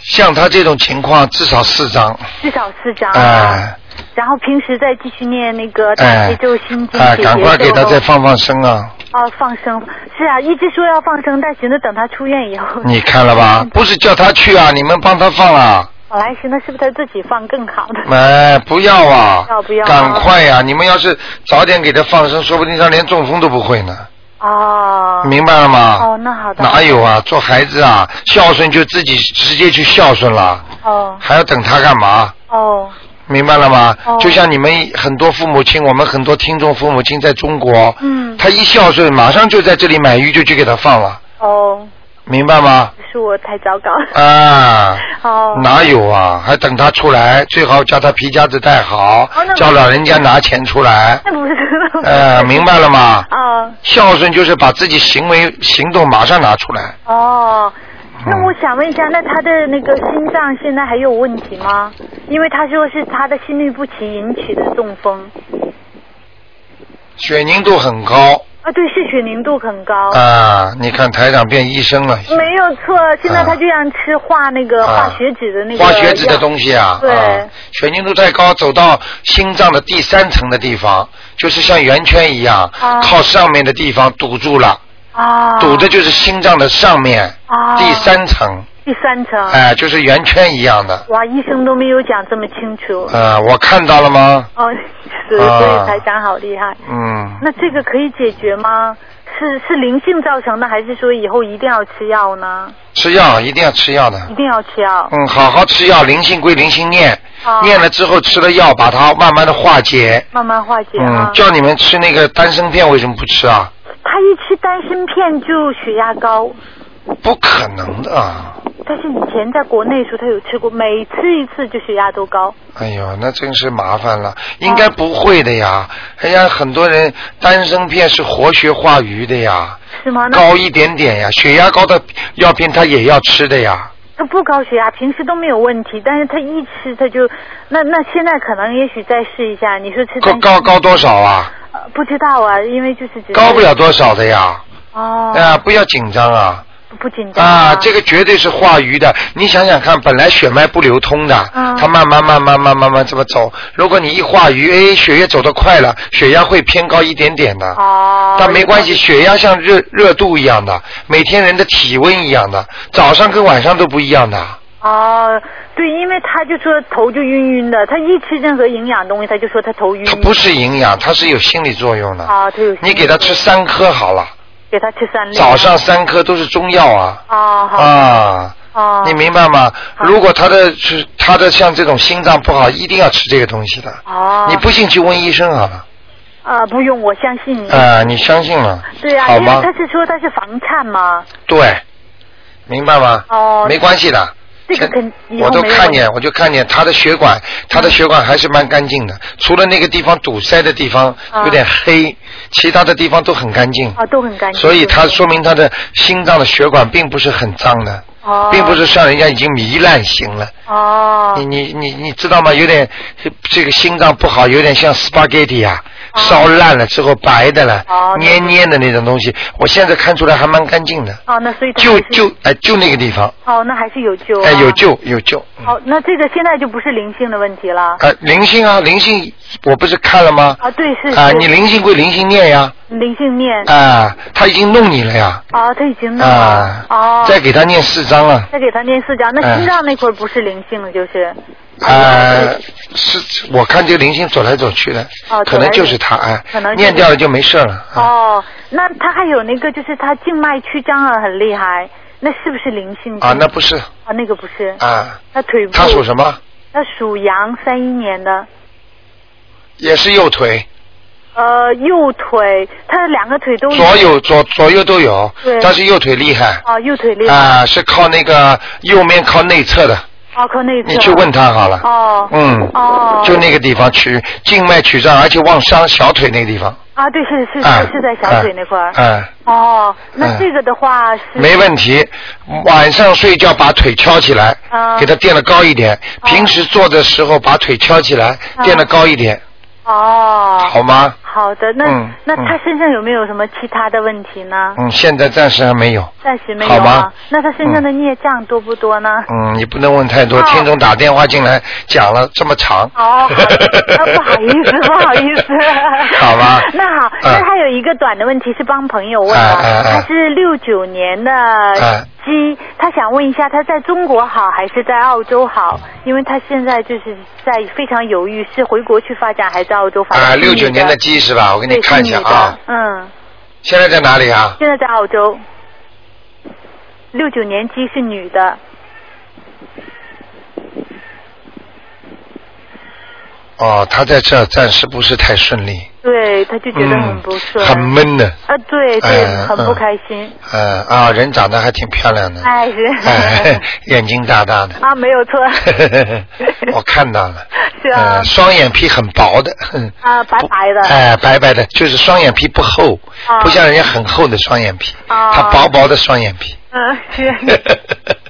Speaker 1: 像他这种情况，至少四张，
Speaker 7: 至少四张。
Speaker 1: 哎、
Speaker 7: 啊然后平时再继续念那个大
Speaker 1: 哎，
Speaker 7: 悲咒心经，
Speaker 1: 哎、
Speaker 7: 解结
Speaker 1: 赶快给他
Speaker 7: 咒
Speaker 1: 再放放生啊！
Speaker 7: 哦，放生是啊，一直说要放生，但寻思等他出院以后，
Speaker 1: 你看了吧？
Speaker 7: 嗯
Speaker 1: 不是叫他去啊，你们帮他放啊！
Speaker 7: 本来寻思是不是他自己放更好的？
Speaker 1: 哎，不要啊！
Speaker 7: 要不要啊
Speaker 1: 赶快呀、你们要是早点给他放生，说不定他连中风都不会呢。
Speaker 7: 哦，
Speaker 1: 明白了吗？
Speaker 7: 哦那好的
Speaker 1: 哪有啊？做孩子啊，孝顺就自己直接去孝顺了，
Speaker 7: 哦
Speaker 1: 还要等他干嘛？
Speaker 7: 哦
Speaker 1: 明白了吗？
Speaker 7: 哦
Speaker 1: 就像你们很多父母亲，我们很多听众父母亲在中国，
Speaker 7: 嗯，
Speaker 1: 他一孝顺，马上就在这里买鱼就去给他放了，
Speaker 7: 哦，
Speaker 1: 明白吗？
Speaker 7: 是我太糟糕。
Speaker 1: 啊，
Speaker 7: 哦，
Speaker 1: 哪有啊？还等他出来，最好叫他皮夹子带好
Speaker 7: 哦那，
Speaker 1: 叫老人家拿钱出来。
Speaker 7: 那不是。
Speaker 1: 呃，明白了吗？
Speaker 7: 哦
Speaker 1: 孝顺就是把自己行为行动马上拿出来。
Speaker 7: 哦，那我想问一下，那他的那个心脏现在还有问题吗？因为他说是他的心律不齐引起的中风。
Speaker 1: 血凝度很高
Speaker 7: 啊，对，是血凝度很高。
Speaker 1: 啊！你看台长变医生了，
Speaker 7: 没有错，现在他就让吃化那个
Speaker 1: 啊
Speaker 7: 化血脂的那个
Speaker 1: 化学脂的
Speaker 7: 药
Speaker 1: 东西啊，
Speaker 7: 对
Speaker 1: 啊血凝度太高，走到心脏的第三层的地方，就是像圆圈一样，
Speaker 7: 啊
Speaker 1: 靠上面的地方堵住了，
Speaker 7: 啊，
Speaker 1: 堵的就是心脏的上面、
Speaker 7: 啊
Speaker 1: 第三层，
Speaker 7: 第三层。
Speaker 1: 哎、就是圆圈一样的。
Speaker 7: 哇，医生都没有讲这么清楚。
Speaker 1: 呃，我看到了吗？
Speaker 7: 哦，是，
Speaker 1: 啊
Speaker 7: 所以台长好厉害。
Speaker 1: 嗯，
Speaker 7: 那这个可以解决吗？是是灵性造成的，还是说以后一定要吃药呢？
Speaker 1: 吃药一定要吃药的。
Speaker 7: 一定要吃药。
Speaker 1: 嗯，好好吃药，灵性归灵性念，
Speaker 7: 啊
Speaker 1: 念了之后吃了药，把它慢慢的化解。
Speaker 7: 慢慢化解啊
Speaker 1: 嗯，。叫你们吃那个丹参片，为什么不吃啊？
Speaker 7: 他一吃丹参片就血压高，
Speaker 1: 不可能的啊！
Speaker 7: 但是以前在国内的时候他有吃过，每吃一次就血压都高。
Speaker 1: 哎呦，那真是麻烦了，应该不会的呀。哎呀，很多人丹参片是活血化瘀的呀，
Speaker 7: 是吗？啊那
Speaker 1: 高一点点呀，血压高的药片他也要吃的呀。
Speaker 7: 他不高血压，平时都没有问题，但是他一吃他就，那那现在可能也许再试一下。你说吃
Speaker 1: 高
Speaker 7: 丹
Speaker 1: 高
Speaker 7: 参、
Speaker 1: 高多少啊？
Speaker 7: 呃不知道啊，因为就是只是
Speaker 1: 高不了多少的呀。
Speaker 7: 哦，
Speaker 1: 啊，不要紧张啊。
Speaker 7: 不紧张
Speaker 1: 啊，这个绝对是化瘀的。你想想看，本来血脉不流通的，
Speaker 7: 嗯
Speaker 1: 它慢慢慢慢慢慢慢这么走。如果你一化瘀，哎，血液走得快了，血压会偏高一点点的。
Speaker 7: 哦，
Speaker 1: 但没关系，血压像热热度一样的，每天人的体温一样的，早上跟晚上都不一样的。
Speaker 7: 哦，对，因为他就说头就晕晕的，他一吃任何营养东西，他就说他头晕
Speaker 1: 它
Speaker 7: 晕。
Speaker 1: 不是营养，它是有心理作用的。
Speaker 7: 啊，他有心理
Speaker 1: 你给它吃三颗好了，
Speaker 7: 给他吃三粒。
Speaker 1: 早上三颗都是中药啊。
Speaker 7: 嗯哦好
Speaker 1: 啊。
Speaker 7: 哦，
Speaker 1: 你明白吗？
Speaker 7: 好
Speaker 1: 如果他的是他的像这种心脏不好，一定要吃这个东西的。
Speaker 7: 哦，
Speaker 1: 你不信去问医生好了。
Speaker 7: 啊、不用，我相信你。
Speaker 1: 啊、你相信了，
Speaker 7: 对啊，
Speaker 1: 好
Speaker 7: 因为
Speaker 1: 吗
Speaker 7: 他？嗯是说他是房颤嘛，
Speaker 1: 对，明白吗？
Speaker 7: 哦
Speaker 1: 没关系的。
Speaker 7: 这个肯以后
Speaker 1: 我都
Speaker 7: 没有
Speaker 1: 看见，我就看见他的血管，他的血管还是蛮干净的，除了那个地方堵塞的地方
Speaker 7: 啊
Speaker 1: 有点黑，其他的地方都很干净。
Speaker 7: 啊，都很干净。
Speaker 1: 所以他
Speaker 7: 对
Speaker 1: 说明他的心脏的血管并不是很脏的，
Speaker 7: 哦，
Speaker 1: 并不是像人家已经糜烂型了。
Speaker 7: 哦，
Speaker 1: 你你你你知道吗？有点这个心脏不好，有点像 spaghetti 啊，
Speaker 7: 哦
Speaker 1: 烧烂了之后白的了
Speaker 7: 哦，
Speaker 1: 黏黏的那种东西。我现在看出来还蛮干净的，
Speaker 7: 哦，那所以他
Speaker 1: 就
Speaker 7: 还是
Speaker 1: 就哎就那个地方，
Speaker 7: 哦，那还是有救、啊。
Speaker 1: 哎有。救有救。嗯
Speaker 7: 哦，那这个现在就不是灵性的问题了。
Speaker 1: 啊，灵性啊，灵性，我不是看了吗？
Speaker 7: 啊，对，是
Speaker 1: 啊，
Speaker 7: 是
Speaker 1: 你灵性归灵性念呀，
Speaker 7: 灵性念。
Speaker 1: 啊，他已经弄你了呀，
Speaker 7: 哦，他已经弄了。
Speaker 1: 啊
Speaker 7: 哦，。
Speaker 1: 再给他念四张啊了，
Speaker 7: 再给他念四张，
Speaker 1: 哎
Speaker 7: 那心脏那块儿不是灵性了，就是。
Speaker 1: 啊，是，我看这个灵性走来走去的
Speaker 7: 呃哦，
Speaker 1: 可能
Speaker 7: 走来走
Speaker 1: 就是他，哎
Speaker 7: 可能，就是
Speaker 1: 念掉了就没事了。啊
Speaker 7: 哦，那他还有那个，就是他静脉曲张啊，很厉害，那是不是灵性？
Speaker 1: 啊，那不是
Speaker 7: 啊，那个不是，
Speaker 1: 啊，
Speaker 7: 他腿部。
Speaker 1: 他属什么？
Speaker 7: 他属羊，三一年的，
Speaker 1: 也是右腿，
Speaker 7: 呃，右腿，他的两个腿都有
Speaker 1: 左右左左右都有
Speaker 7: 对，
Speaker 1: 但是右腿厉害
Speaker 7: 啊，右腿裂，
Speaker 1: 啊，是靠那个右面靠内侧的，
Speaker 7: 啊，靠内侧。
Speaker 1: 你去问他好了。
Speaker 7: 哦。
Speaker 1: 嗯，
Speaker 7: 哦。
Speaker 1: 就那个地方曲静脉曲张，而且往伤小腿那个地方。
Speaker 7: 啊，对，是是
Speaker 1: 啊
Speaker 7: 是是在小腿那块儿。
Speaker 1: 啊，
Speaker 7: 哦，
Speaker 1: 哎
Speaker 7: 那这个的话是。
Speaker 1: 没问题。晚上睡觉把腿翘起来，
Speaker 7: 啊
Speaker 1: 给它垫得高一点。平时坐的时候把腿翘起来，
Speaker 7: 啊
Speaker 1: 垫得高一点，
Speaker 7: 哦。
Speaker 1: 好吗？
Speaker 7: 好的，那、
Speaker 1: 嗯
Speaker 7: 那
Speaker 1: 嗯
Speaker 7: 他身上有没有什么其他的问题呢？
Speaker 1: 嗯，现在暂时还没有。
Speaker 7: 暂时没
Speaker 1: 好
Speaker 7: 有
Speaker 1: 吧嗯
Speaker 7: 啊。那他身上的孽障多不多
Speaker 1: [LAUGHS]
Speaker 7: 呢？
Speaker 1: 嗯，你不能问太多，
Speaker 7: 哦
Speaker 1: 听众打电话进来讲了这么长。。
Speaker 7: 哦，好的，不好意思，不 [LAUGHS] 好意思
Speaker 1: 好吧。
Speaker 7: [LAUGHS] 那好，那
Speaker 1: 嗯
Speaker 7: 还有一个短的问题是帮朋友问
Speaker 1: 哎哎
Speaker 7: 的，
Speaker 1: 哎
Speaker 7: 他是六九年的
Speaker 1: 哎
Speaker 7: 鸡，他想问一下，他在中国好还是在澳洲好？因为他现在就是在非常犹豫，是回国去发展还是澳洲发展？
Speaker 1: 啊，
Speaker 7: 是女
Speaker 1: 六九年的鸡是吧？我给你
Speaker 7: 对，
Speaker 1: 看
Speaker 7: 是
Speaker 1: 一
Speaker 7: 女
Speaker 1: 下
Speaker 7: 的，
Speaker 1: 啊，
Speaker 7: 嗯，
Speaker 1: 现在在哪里啊？
Speaker 7: 现在在澳洲。六九年鸡是女的，
Speaker 1: 哦，他在这儿暂时不是太顺利，
Speaker 7: 对，他就觉得很不顺，
Speaker 1: 嗯很闷的，
Speaker 7: 啊，对对，
Speaker 1: 哎
Speaker 7: 很
Speaker 1: 嗯
Speaker 7: 不开心，
Speaker 1: 呃啊，人长得还挺漂亮的，
Speaker 7: 哎是，
Speaker 1: 哎，眼睛大大的，
Speaker 7: [LAUGHS] 啊，没有错，
Speaker 1: [LAUGHS] 我看到了，
Speaker 7: [LAUGHS] 是啊
Speaker 1: 呃，双眼皮很薄的，哼
Speaker 7: 啊，白白的，
Speaker 1: 哎、白白的，就是双眼皮不厚，
Speaker 7: 啊
Speaker 1: 不像人家很厚的双眼皮，
Speaker 7: 啊
Speaker 1: 他薄薄的双眼
Speaker 7: [LAUGHS]
Speaker 1: 皮， [LAUGHS]
Speaker 7: 嗯，是 [LAUGHS]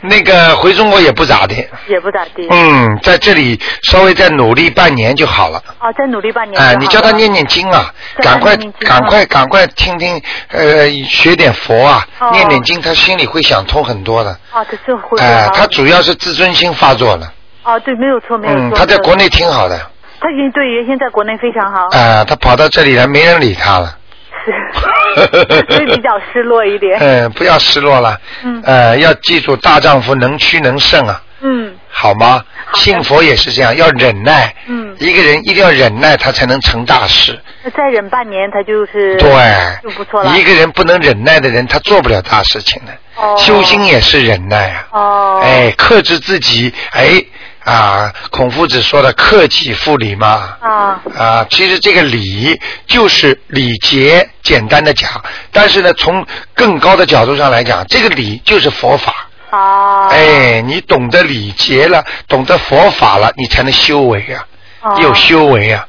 Speaker 1: 那个回中国也不咋的，
Speaker 7: 也不咋地，
Speaker 1: 嗯，在这里稍微再努力半年就好了。
Speaker 7: 哦，再努力半年就好
Speaker 1: 哎，
Speaker 7: 了，
Speaker 1: 你叫他念念经啊，
Speaker 7: 对
Speaker 1: 赶快
Speaker 7: 他念念经啊
Speaker 1: 赶快赶快听听，呃，学点佛啊，
Speaker 7: 哦
Speaker 1: 念点经，他心里会想通很多的。
Speaker 7: 哦，他是会
Speaker 1: 哎、
Speaker 7: 好
Speaker 1: 他主要是自尊心发作了。
Speaker 7: 哦，对，没有错，没有
Speaker 1: 嗯，
Speaker 7: 错，
Speaker 1: 他在
Speaker 7: 对
Speaker 1: 国，内挺好的，
Speaker 7: 他已经对原先在国内非常好，
Speaker 1: 啊，他跑到这里来，没人理他了。
Speaker 7: 是， [LAUGHS] 所以比较失落一
Speaker 1: [LAUGHS]
Speaker 7: 点，
Speaker 1: 嗯，不要失落了。
Speaker 7: 嗯
Speaker 1: 呃，要记住，大丈夫能屈能伸啊，
Speaker 7: 嗯
Speaker 1: 好吗？信佛也是这样，要忍耐。
Speaker 7: 嗯，
Speaker 1: 一个人一定要忍耐，他才能成大事。
Speaker 7: 那再忍半年，他就是
Speaker 1: 对，
Speaker 7: 就不错了
Speaker 1: 一个人不能忍耐的人，他做不了大事情的。
Speaker 7: 哦
Speaker 1: 修心也是忍耐啊。
Speaker 7: 哦，
Speaker 1: 哎，克制自己，哎啊，孔夫子说的“克己复礼”嘛。
Speaker 7: 啊，
Speaker 1: 啊，其实这个礼就是礼节，简单的讲，但是呢，从更高的角度上来讲，这个礼就是佛法。
Speaker 7: 啊，
Speaker 1: 哎，你懂得礼节了，懂得佛法了，你才能修为啊，
Speaker 7: 哦
Speaker 1: 有修为啊，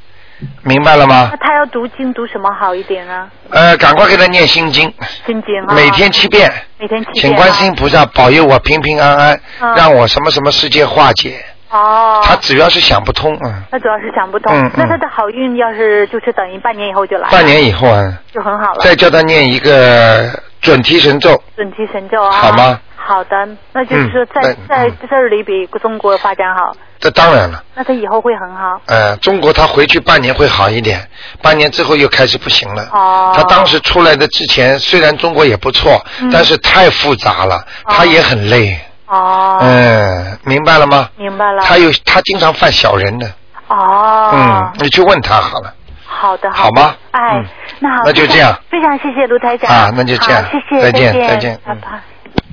Speaker 1: 明白了吗
Speaker 7: 那？他要读经读什么好一点呢？
Speaker 1: 呃，赶快给他念心经，
Speaker 7: 心经啊，
Speaker 1: 每天七遍，
Speaker 7: 每天七
Speaker 1: 请
Speaker 7: 遍啊
Speaker 1: 观世音菩萨保佑我平平安安，
Speaker 7: 嗯
Speaker 1: 让我什么什么世界化解。
Speaker 7: 哦，
Speaker 1: 他主要是想不通，嗯，
Speaker 7: 那主要是想不通，
Speaker 1: 嗯嗯
Speaker 7: 那他的好运要是就是等于半年以后就来了，
Speaker 1: 半年以后啊，
Speaker 7: 就很好了。
Speaker 1: 再叫他念一个准提神咒，
Speaker 7: 准提神咒啊，
Speaker 1: 好吗？
Speaker 7: 好的，那就是说在、
Speaker 1: 嗯
Speaker 7: 在
Speaker 1: 嗯
Speaker 7: 这里比中国发展好，
Speaker 1: 这当然了。
Speaker 7: 那他以后会很好。
Speaker 1: 呃，中国他回去半年会好一点，半年之后又开始不行了。
Speaker 7: 哦嗯
Speaker 1: 他当时出来的之前，虽然中国也不错，但是太复杂了，他也很累。
Speaker 7: 哦，
Speaker 1: 嗯，明白了吗？
Speaker 7: 明白了。
Speaker 1: 他有他经常犯小人的。
Speaker 7: 哦，
Speaker 1: 嗯，你去问他好了。
Speaker 7: 好的，
Speaker 1: 好吗
Speaker 7: 哎，
Speaker 1: 嗯
Speaker 7: 那好，
Speaker 1: 那就
Speaker 7: 非常
Speaker 1: 这样
Speaker 7: 非常谢谢卢台长
Speaker 1: 啊那就这样
Speaker 7: 好谢谢，
Speaker 1: 再见
Speaker 7: 再
Speaker 1: 再见
Speaker 7: 拜
Speaker 1: 嗯
Speaker 7: 拜。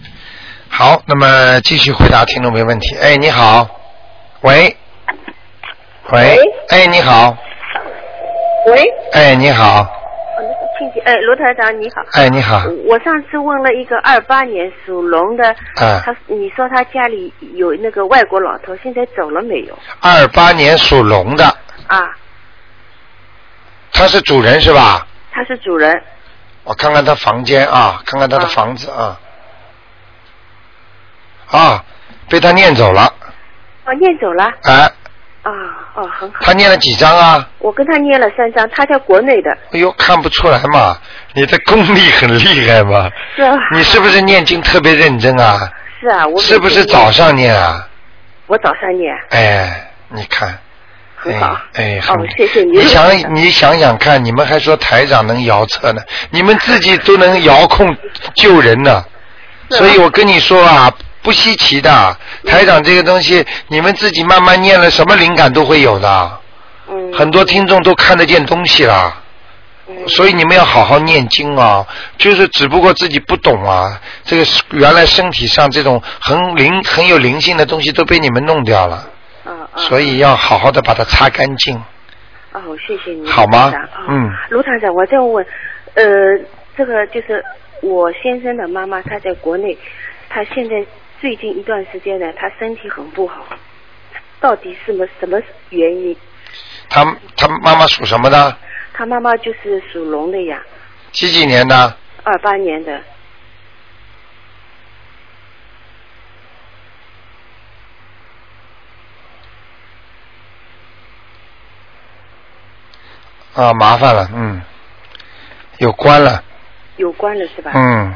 Speaker 1: 好，那么继续回答听众没问题。哎，你好，喂，喂，哎，你好，
Speaker 8: 喂，
Speaker 1: 哎，你好，
Speaker 8: 哦亲戚，哎，罗台长你好。
Speaker 1: 哎，你好，
Speaker 8: 我上次问了一个二八年属龙的，
Speaker 1: 啊
Speaker 8: 他你说他家里有那个外国老头，现在走了没有？
Speaker 1: 二八年属龙的，
Speaker 8: 啊，
Speaker 1: 他是主人是吧？
Speaker 8: 他是主人，
Speaker 1: 我看看他房间啊，看看他的
Speaker 8: 啊
Speaker 1: 房子啊。啊，被他念走了。
Speaker 8: 哦，念走了，
Speaker 1: 哎，
Speaker 8: 啊，哦，很好，
Speaker 1: 他念了几张啊？
Speaker 8: 我跟他念了三张，他在国内的，
Speaker 1: 哎呦，看不出来嘛，你的功力很厉害嘛。
Speaker 8: 是啊，
Speaker 1: 你是不是念经特别认真啊？
Speaker 8: 是啊，我
Speaker 1: 是不是
Speaker 8: 每天
Speaker 1: 早
Speaker 8: 念？
Speaker 1: 上念啊？
Speaker 8: 我早上念，
Speaker 1: 哎，你看，
Speaker 8: 很
Speaker 1: 哎
Speaker 8: 好，
Speaker 1: 哎，很
Speaker 8: 哦，谢谢你，
Speaker 1: 你想你想想看，你们还说台长能摇车呢，你们自己都能遥控救人呢，所以我跟你说啊，不稀奇的。
Speaker 8: 嗯
Speaker 1: 台长这个东西，你们自己慢慢念了，什么灵感都会有的。
Speaker 8: 嗯，
Speaker 1: 很多听众都看得见东西啦，
Speaker 8: 嗯
Speaker 1: 所以你们要好好念经啊。就是只不过自己不懂啊，这个是原来身体上这种很灵很有灵性的东西都被你们弄掉了，
Speaker 8: 嗯嗯，
Speaker 1: 所以要好好的把它擦干净。
Speaker 8: 哦，谢谢你，
Speaker 1: 好吗
Speaker 8: 卢台长
Speaker 1: 嗯
Speaker 8: 哦、卢台长，我再问，呃，这个就是我先生的妈妈，她在国内，她现在最近一段时间呢，她身体很不好，到底是什么什么原因？
Speaker 1: 他他妈妈属什么的？
Speaker 8: 她妈妈就是属龙的呀，
Speaker 1: 几几年的？
Speaker 8: 二八年的，
Speaker 1: 啊，麻烦了，嗯，有关了，
Speaker 8: 有关了是吧？
Speaker 1: 嗯，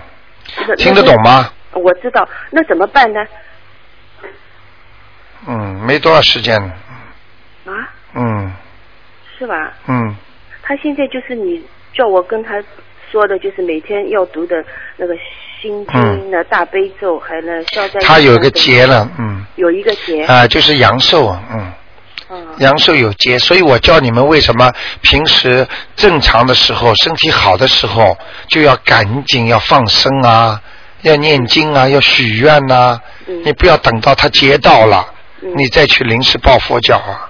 Speaker 8: 那
Speaker 1: 听得懂？吗？
Speaker 8: 那我知道，那怎么办呢？
Speaker 1: 嗯，没多少时间了，
Speaker 8: 啊，
Speaker 1: 嗯
Speaker 8: 是吧？
Speaker 1: 嗯，
Speaker 8: 她现在就是你叫我跟她说的，就是每天要读的那个心经呢、大悲咒，还有呢消灾。
Speaker 1: 他有一个，结了，嗯，
Speaker 8: 有一个结。
Speaker 1: 啊，就是阳寿啊，嗯，
Speaker 8: 嗯
Speaker 1: 阳寿有结，所以我叫你们为什么平时正常的时候、身体好的时候就要赶紧要放生啊，要念经啊，要许愿啊呐、
Speaker 8: 嗯
Speaker 1: 你不要等到他劫到了，
Speaker 8: 嗯
Speaker 1: 你再去临时抱佛脚啊，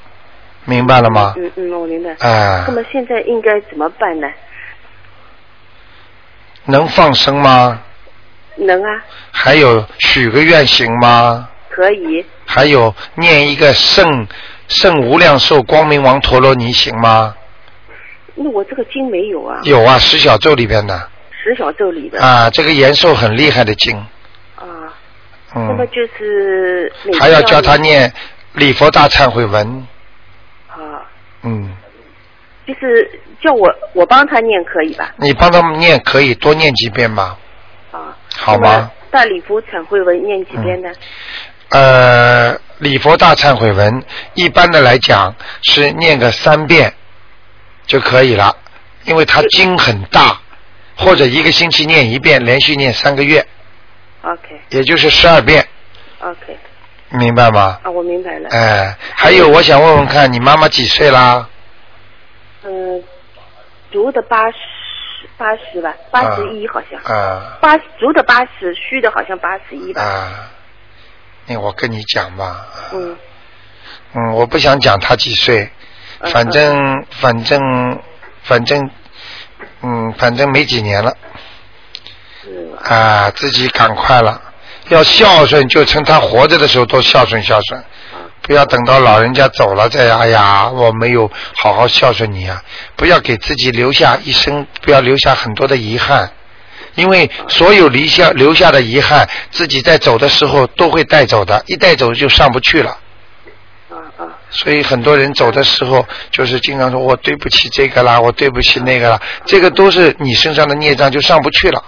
Speaker 1: 明白了吗？
Speaker 8: 嗯嗯，我明白。
Speaker 1: 哎
Speaker 8: 那么现在应该怎么办呢？
Speaker 1: 能放生吗？
Speaker 8: 能啊，
Speaker 1: 还有许个愿行吗？
Speaker 8: 可以，
Speaker 1: 还有念一个圣圣无量寿光明王陀罗尼行吗？
Speaker 8: 那我这个经没有啊，
Speaker 1: 有啊，十小咒里边的
Speaker 8: 十小咒里的
Speaker 1: 啊，这个延寿很厉害的经，
Speaker 8: 啊。那么
Speaker 1: 嗯，
Speaker 8: 就是每天
Speaker 1: 还要教他念礼佛大忏悔文，
Speaker 8: 啊，
Speaker 1: 嗯，
Speaker 8: 就是叫我我帮他念可以吧？
Speaker 1: 你帮他们念可以多念几遍吧，
Speaker 8: 啊，
Speaker 1: 好
Speaker 8: 那
Speaker 1: 吗
Speaker 8: 么？大礼佛忏悔文念几遍呢？
Speaker 1: 呃，礼佛大忏悔文一般的来讲是念个三遍就可以了，因为它经很大，或者一个星期念一遍，连续念三个月，嗯
Speaker 8: OK
Speaker 1: 也就是十二遍，
Speaker 8: OK，
Speaker 1: 明白吗？
Speaker 8: 啊，我明白了。
Speaker 1: 哎、还有我想问问看你妈妈几岁啦？
Speaker 8: 嗯，足的八十八十吧，八十一好像，
Speaker 1: 啊
Speaker 8: 八足的八十，虚的好像八十一吧。
Speaker 1: 啊，那我跟你讲吧，
Speaker 8: 嗯，
Speaker 1: 嗯，我不想讲她几岁，
Speaker 8: 嗯
Speaker 1: 反正反正反正，嗯，反正没几年了。
Speaker 8: 嗯
Speaker 1: 啊，自己赶快了，要孝顺就趁他活着的时候多孝顺孝顺，
Speaker 8: 啊
Speaker 1: 不要等到老人家走了再哎呀，我没有好好孝顺你啊！不要给自己留下一生，不要留下很多的遗憾，因为所有留下留下的遗憾，自己在走的时候都会带走的，一带走就上不去了。
Speaker 8: 啊啊
Speaker 1: 所以很多人走的时候，就是经常说我对不起这个啦，我对不起那个啦，这个都是你身上的孽障就上不去了。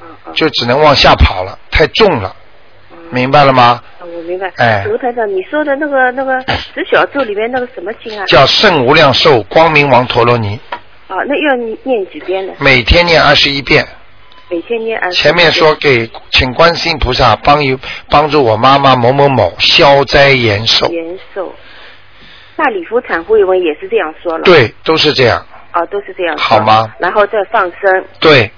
Speaker 8: 啊啊！
Speaker 1: 就只能往下跑了，太重了，明白了吗？
Speaker 8: 啊我明白。
Speaker 1: 哎
Speaker 8: 卢台长，你说的那个那个十小咒里面那个什么经啊？
Speaker 1: 叫圣无量寿光明王陀罗尼，
Speaker 8: 啊，那要念几遍呢？
Speaker 1: 每天念二十一遍。
Speaker 8: 每天念二十。
Speaker 1: 嗯前面说。给请观世音菩萨帮一帮助我妈妈某某某消灾延寿，
Speaker 8: 延寿。大礼佛忏悔文也是这样说了。。
Speaker 1: 对，都是这样，
Speaker 8: 啊，都是这样说。
Speaker 1: 好吗？
Speaker 8: 然后再放生，
Speaker 1: 对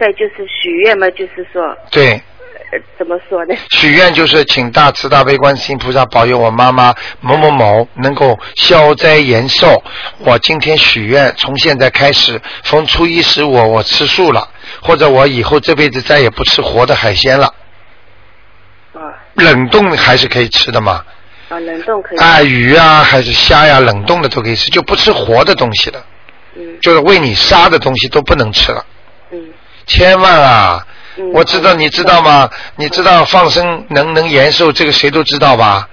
Speaker 8: 再就是许愿嘛，就是说，
Speaker 1: 对。
Speaker 8: 呃，怎么说呢？
Speaker 1: 许愿就是请大慈大悲观世音菩萨保佑我妈妈某某某能够消灾延寿。我今天许愿，从现在开始，从初一十五我吃素了，或者我以后这辈子再也不吃活的海鲜了。
Speaker 8: 啊
Speaker 1: 冷冻还是可以吃的嘛，
Speaker 8: 啊，冷冻可以。
Speaker 1: 啊鱼啊还是虾呀、冷冻的都可以吃，就不吃活的东西了，
Speaker 8: 嗯
Speaker 1: 就是为你杀的东西都不能吃了，
Speaker 8: 嗯
Speaker 1: 千万啊！
Speaker 8: 嗯。
Speaker 1: 我知道，你知道吗？你知道放生能能延寿，这个谁都知道吧？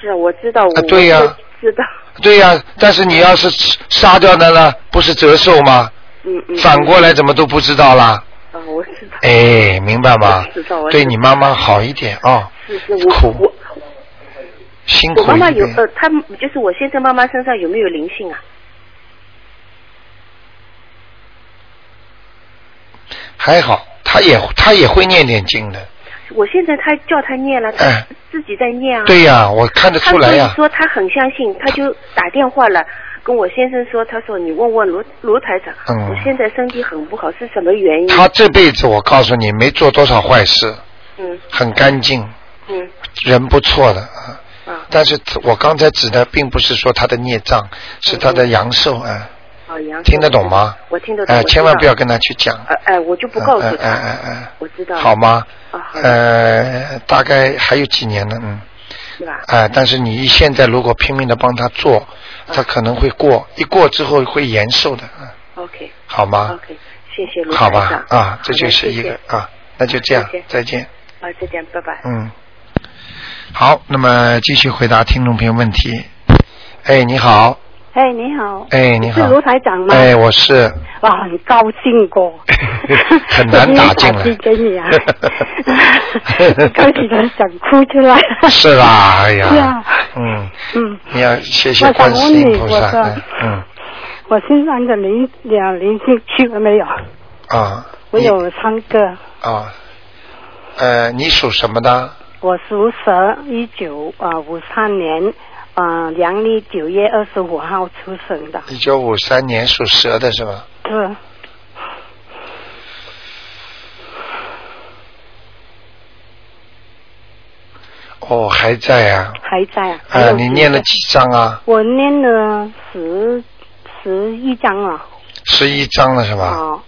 Speaker 8: 是啊，我知道，我
Speaker 1: 啊对呀
Speaker 8: 我知道，
Speaker 1: 对呀、但是你要是杀掉的呢，不是折寿吗？
Speaker 8: 嗯嗯。
Speaker 1: 反过来怎么都不知道啦？
Speaker 8: 啊，我知道，
Speaker 1: 哎，明白吗
Speaker 8: 我知道我？知道
Speaker 1: 对你妈妈好一点啊、哦，
Speaker 8: 是是，我
Speaker 1: 苦
Speaker 8: 我
Speaker 1: 辛苦
Speaker 8: 我
Speaker 1: 一
Speaker 8: 妈
Speaker 1: 点。
Speaker 8: 妈有呃，她就是我先生妈妈身上有没有灵性啊？
Speaker 1: 还好，她也她也会念点经的。
Speaker 8: 我现在她叫她念了，她
Speaker 1: 哎
Speaker 8: 自己在念啊。
Speaker 1: 对呀、我看得
Speaker 8: 她
Speaker 1: 出来呀、
Speaker 8: 所以说她很相信，她就打电话了，跟我先生说，她说你问问卢卢台长，
Speaker 1: 嗯
Speaker 8: 我现在身体很不好，是什么原因？
Speaker 1: 她这辈子我告诉你，没做多少坏事，
Speaker 8: 嗯
Speaker 1: 很干净，
Speaker 8: 嗯
Speaker 1: 人不错的啊。
Speaker 8: 啊
Speaker 1: 但是我刚才指的并不是说她的孽障，是她的阳寿啊，
Speaker 8: 啊，杨
Speaker 1: 听得懂吗？
Speaker 8: 我听得懂，
Speaker 1: 哎、
Speaker 8: 我知
Speaker 1: 千万
Speaker 8: 道
Speaker 1: 不要。跟她去讲。
Speaker 8: 哎哎，我就不告诉
Speaker 1: 嗯
Speaker 8: 她，
Speaker 1: 嗯嗯
Speaker 8: 我知道
Speaker 1: 嗯，
Speaker 8: 了。
Speaker 1: 好吗？
Speaker 8: 啊，好的，
Speaker 1: 呃，大概还有几年呢，嗯，
Speaker 8: 是吧？
Speaker 1: 啊、但是你现在如果拼命的帮他做，
Speaker 8: 嗯
Speaker 1: 他可能会过，一过之后会延寿的，嗯，
Speaker 8: OK
Speaker 1: 好吗？
Speaker 8: OK，谢谢卢
Speaker 1: 啊好
Speaker 8: 台
Speaker 1: 吧
Speaker 8: 长。，
Speaker 1: 啊，这
Speaker 8: 好的
Speaker 1: 就是一
Speaker 8: 谢
Speaker 1: 个
Speaker 8: 谢
Speaker 1: 啊，那就这样，
Speaker 8: 谢谢
Speaker 1: 再见。
Speaker 8: 啊，再见，拜拜。
Speaker 1: 嗯，好，那么继续回答听众朋友问题。哎，你好，
Speaker 9: 哎，你好，
Speaker 1: 哎，你好
Speaker 9: 是，卢台长吗？
Speaker 1: 哎，
Speaker 9: [LAUGHS]
Speaker 1: 我是，，
Speaker 9: 哇，很高兴过
Speaker 1: [LAUGHS] 很难打进来
Speaker 9: 我今天打
Speaker 2: [LAUGHS]
Speaker 9: 机给你
Speaker 1: [LAUGHS]
Speaker 9: 啊，高兴的想哭出来。
Speaker 1: 是吧？哎
Speaker 9: 是
Speaker 1: 呀
Speaker 9: 啊，
Speaker 1: 嗯，
Speaker 9: 嗯，
Speaker 1: 你要谢谢
Speaker 9: 我想
Speaker 1: 观世
Speaker 9: 问
Speaker 1: 音
Speaker 9: 你
Speaker 1: 菩
Speaker 9: 我
Speaker 1: 萨
Speaker 9: 说，
Speaker 1: 嗯
Speaker 9: 我身上的灵两灵性去了没有？
Speaker 1: 嗯啊，
Speaker 9: 我
Speaker 1: 你
Speaker 9: 有三个，
Speaker 1: 啊，呃，你属什么的？
Speaker 9: 我属蛇，一九啊五三年，啊阳历九月二十五号出生的，
Speaker 1: 一九五三年属蛇的是吧？
Speaker 9: 是
Speaker 1: 哦，还在啊。
Speaker 9: 还在啊。还
Speaker 1: 啊，
Speaker 9: 有
Speaker 1: 你
Speaker 9: 几
Speaker 1: 念了
Speaker 9: 个
Speaker 1: 几章啊？
Speaker 9: 我念了十十一章了。
Speaker 1: 十一章了是吧？
Speaker 9: 哦，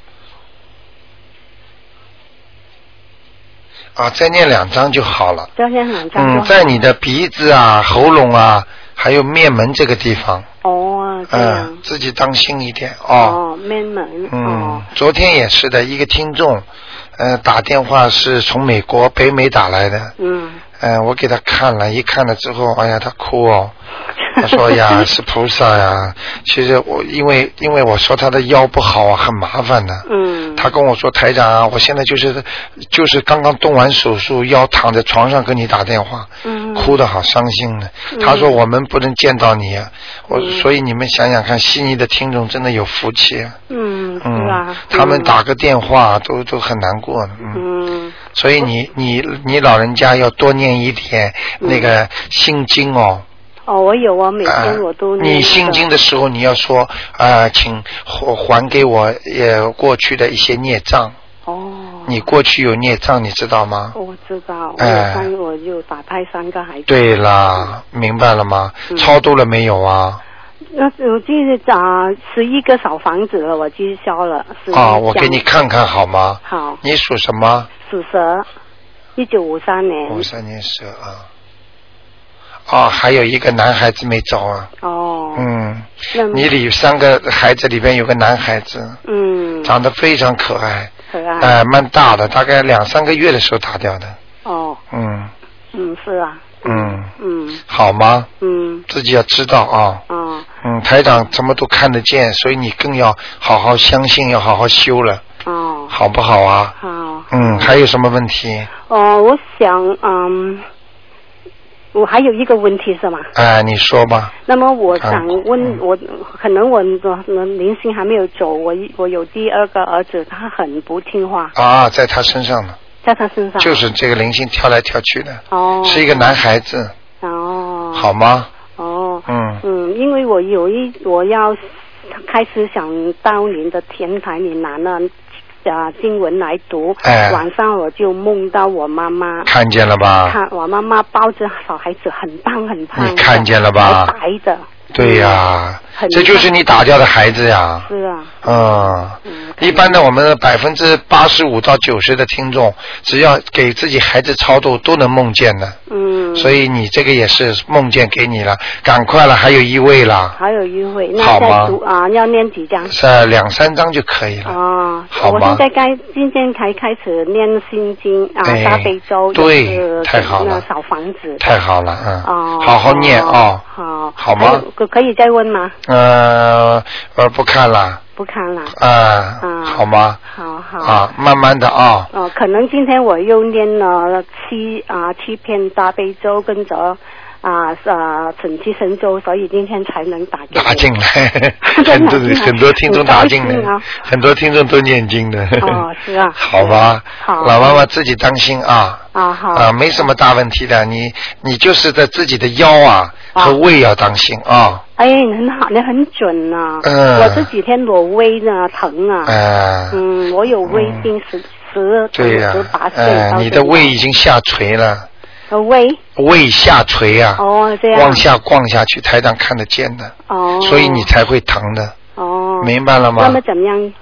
Speaker 1: 啊，再念两章就好了。
Speaker 9: 这样两张就
Speaker 1: 嗯，
Speaker 9: 好
Speaker 1: 在你的鼻子啊、喉咙啊，还有面门这个地方，
Speaker 9: 哦，这样。
Speaker 1: 嗯，自己当心一点哦。
Speaker 9: 哦，面门。哦
Speaker 1: 嗯，昨天也是的，一个听众，呃，打电话是从美国北美打来的，
Speaker 9: 嗯，
Speaker 1: 嗯，我给他看了，一看了之后，哎呀，他哭哦。他说呀，是菩萨呀。其实我因为因为我说他的腰不好啊，很麻烦的、
Speaker 9: 嗯。
Speaker 1: 他跟我说，台长啊，我现在就是就是刚刚动完手术，腰躺在床上跟你打电话，
Speaker 9: 嗯
Speaker 1: 哭的好伤心呢。
Speaker 9: 嗯
Speaker 1: 他说我们不能见到你，啊我所以你们想想看，悉尼的听众真的有福气啊。
Speaker 9: 嗯，
Speaker 1: 嗯
Speaker 9: 是啊。
Speaker 1: 他们
Speaker 9: 嗯
Speaker 1: 打个电话都都很难过呢。嗯
Speaker 9: 嗯
Speaker 1: 所以你你你老人家要多念一点那个心经哦。
Speaker 9: 嗯哦，我有啊，每
Speaker 1: 啊
Speaker 9: 天我都念那个。
Speaker 1: 你心经的时候，你要说啊、呃请还还给我呃过去的一些孽障。
Speaker 9: 哦。
Speaker 1: 你过去有孽障，你知道吗？
Speaker 9: 我知道，我
Speaker 1: 哎
Speaker 9: 有三，我就打胎三个孩子。
Speaker 1: 对啦，明白了吗？
Speaker 9: 嗯
Speaker 1: 超度了没有啊？
Speaker 9: 那我就是找十一个小房子了，我去消了。11
Speaker 1: 啊，我
Speaker 9: 箱
Speaker 1: 给你看看好吗？
Speaker 9: 好，
Speaker 1: 你属什么？
Speaker 9: 属蛇，一九五三年。
Speaker 1: 五三年蛇啊。啊，还有一个男孩子没走啊。
Speaker 9: 哦。
Speaker 1: 嗯，
Speaker 9: 那么
Speaker 1: 你里三个孩子里边有个男孩子，
Speaker 9: 嗯，
Speaker 1: 长得非常可爱，
Speaker 9: 可
Speaker 1: 哎、
Speaker 9: 爱。
Speaker 1: 蛮大的，大概两三个月的时候打掉的。
Speaker 9: 哦，
Speaker 1: 嗯
Speaker 9: 嗯，是啊，
Speaker 1: 嗯，
Speaker 9: 嗯
Speaker 1: 好吗？
Speaker 9: 嗯，
Speaker 1: 自己要知道啊。
Speaker 9: 哦
Speaker 1: 嗯，台长什么都看得见，所以你更要好好相信，要好好修了，
Speaker 9: 哦，
Speaker 1: 好不好啊？
Speaker 9: 好。
Speaker 1: 嗯，还有什么问题？
Speaker 9: 哦，我想，嗯，我还有一个问题是吗？
Speaker 1: 哎，你说吧。
Speaker 9: 那么我想
Speaker 1: 看
Speaker 9: 问，我可能我我灵性还没有走，我一我有第二个儿子，他很不听话，
Speaker 1: 啊，在他身上呢，
Speaker 9: 在他身上
Speaker 1: 就是这个灵性跳来跳去的，
Speaker 9: 哦，
Speaker 1: 是一个男孩子。
Speaker 9: 哦
Speaker 1: 好吗？
Speaker 9: 哦
Speaker 1: 嗯，
Speaker 9: 嗯，因为我有一我要开始想到您的天台，你拿了啊经文来读，
Speaker 1: 哎
Speaker 9: 晚上我就梦到我妈妈。
Speaker 1: 看见了吧？
Speaker 9: 看我妈妈抱着小孩子很胖很胖的，
Speaker 1: 啊你看见了吧
Speaker 9: 还白的，
Speaker 1: 对呀、
Speaker 9: 很
Speaker 1: 这就是你打掉的孩子呀。
Speaker 9: 是啊，
Speaker 1: 嗯，一般的我们百分之八十五到九十的听众，只要给自己孩子超度，都能梦见的。
Speaker 9: 嗯，
Speaker 1: 所以你这个也是梦见给你了，赶快了，还有一位了，
Speaker 9: 还有一位，
Speaker 1: 好
Speaker 9: 那
Speaker 1: 吗
Speaker 9: 再读啊，要念几张？
Speaker 1: 是两三张就可以了。
Speaker 9: 啊，
Speaker 1: 好
Speaker 9: 我现
Speaker 1: 吧
Speaker 9: 在该今天才开始念心经啊，
Speaker 1: 哎
Speaker 9: 大悲咒，
Speaker 1: 对
Speaker 9: 也是
Speaker 1: 太好了
Speaker 9: 那小房子，
Speaker 1: 太好了，嗯，
Speaker 9: 哦，
Speaker 1: 好好念哦。
Speaker 9: 好，
Speaker 1: 好吗
Speaker 9: 还有可可以再问吗？
Speaker 1: 呃，呃，不看了，
Speaker 9: 不看了，
Speaker 1: 啊、
Speaker 9: 嗯
Speaker 1: 好吗？
Speaker 9: 好好。
Speaker 1: 啊，慢慢的啊、
Speaker 9: 哦，可能今天我又念了七啊七篇大悲咒，跟着啊是啊准提神咒，所以今天才能打给你
Speaker 1: 打进。来，
Speaker 9: [LAUGHS]
Speaker 1: 很
Speaker 9: 真
Speaker 1: 多
Speaker 9: 的啊真的
Speaker 1: 很多听众打进
Speaker 9: 很高兴
Speaker 1: 来
Speaker 9: 啊，
Speaker 1: 很多听众都念经的。
Speaker 9: 哦，是啊。
Speaker 1: [LAUGHS] 好吧，
Speaker 9: 好
Speaker 1: 老妈妈自己当心啊。
Speaker 9: 啊好
Speaker 1: 啊，没什么大问题的，你你就是在自己的腰啊
Speaker 9: 啊
Speaker 1: 和胃要当心啊，
Speaker 9: 哎，你很好，你很准呐、
Speaker 1: 嗯
Speaker 9: 我这几天我胃呢疼啊。
Speaker 1: 呃，
Speaker 9: 嗯，我有胃病十十
Speaker 1: 嗯对呀
Speaker 9: 十八，岁
Speaker 1: 呃，
Speaker 9: 到
Speaker 1: 你
Speaker 9: 现
Speaker 1: 的
Speaker 9: 在
Speaker 1: 胃已经下垂了，
Speaker 9: 呃胃
Speaker 1: 胃下垂啊，
Speaker 9: 哦这样
Speaker 1: 往下逛下去，台长看得见的，
Speaker 9: 哦，
Speaker 1: 所以你才会疼的，
Speaker 9: 哦
Speaker 1: 明白了吗？
Speaker 9: 那么怎么样？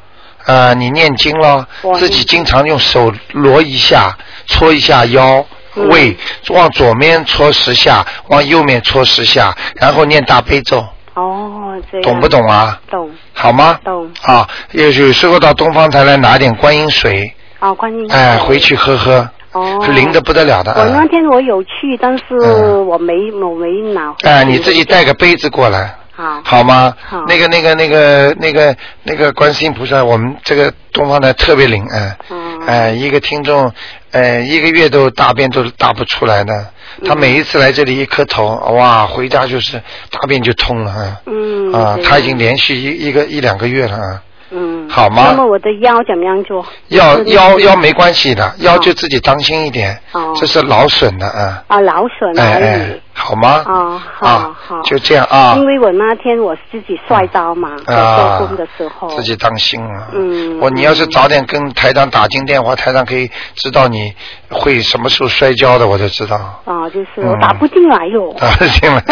Speaker 1: 啊，你念经咯
Speaker 9: 我，
Speaker 1: 自己经常用手挪一下，搓一下腰。
Speaker 9: 嗯
Speaker 1: 胃往左面搓十下，往右面搓十下，然后念大悲咒，
Speaker 9: 哦这样
Speaker 1: 懂不？懂啊？
Speaker 9: 懂
Speaker 1: 好吗？
Speaker 9: 懂
Speaker 1: 啊，有有时候到东方台来拿点观音水，
Speaker 9: 啊，观音。
Speaker 1: 哎，回去喝喝，
Speaker 9: 哦
Speaker 1: 灵的不得了的
Speaker 9: 我
Speaker 1: 啊
Speaker 9: 那！天我有去，但是
Speaker 1: 嗯
Speaker 9: 我没、我没拿。啊
Speaker 1: 哎，你自己带个杯子过来，
Speaker 9: 好。
Speaker 1: 好吗
Speaker 9: 好？
Speaker 1: 那个、那个、那个、那个、那个观世音菩萨，我们这个东方台特别灵，哎、
Speaker 9: 嗯。
Speaker 1: 哎，一个听众，呃，一个月都大便都大不出来的，
Speaker 9: 嗯
Speaker 1: 他每一次来这里一磕头，哇，回家就是大便就通了啊。
Speaker 9: 嗯。
Speaker 1: 啊
Speaker 9: 对，
Speaker 1: 他已经连续一一个一两个月了啊，
Speaker 9: 嗯。
Speaker 1: 好吗
Speaker 9: 那么我的腰怎么样做？
Speaker 1: 腰
Speaker 9: 就是
Speaker 1: 腰腰没关系的，腰就自己当心一点
Speaker 9: 哦，
Speaker 1: 这是劳损的啊，
Speaker 9: 啊，劳损
Speaker 1: 哎
Speaker 9: 而已。
Speaker 1: 哎，好吗？
Speaker 9: 啊，好好，
Speaker 1: 就这样啊
Speaker 9: 因为我那天我自己摔跤嘛，在
Speaker 1: 啊
Speaker 9: 做工的时候，
Speaker 1: 自己当心啊！
Speaker 9: 哦嗯，
Speaker 1: 我你要是早点跟台长打进电话，台长可以知道你会什么时候摔跤的，我就知
Speaker 9: [LAUGHS]
Speaker 1: 道。
Speaker 9: 啊，就是
Speaker 1: 嗯
Speaker 9: 我打不进来哟，
Speaker 1: 啊，
Speaker 9: [LAUGHS]
Speaker 1: 行了，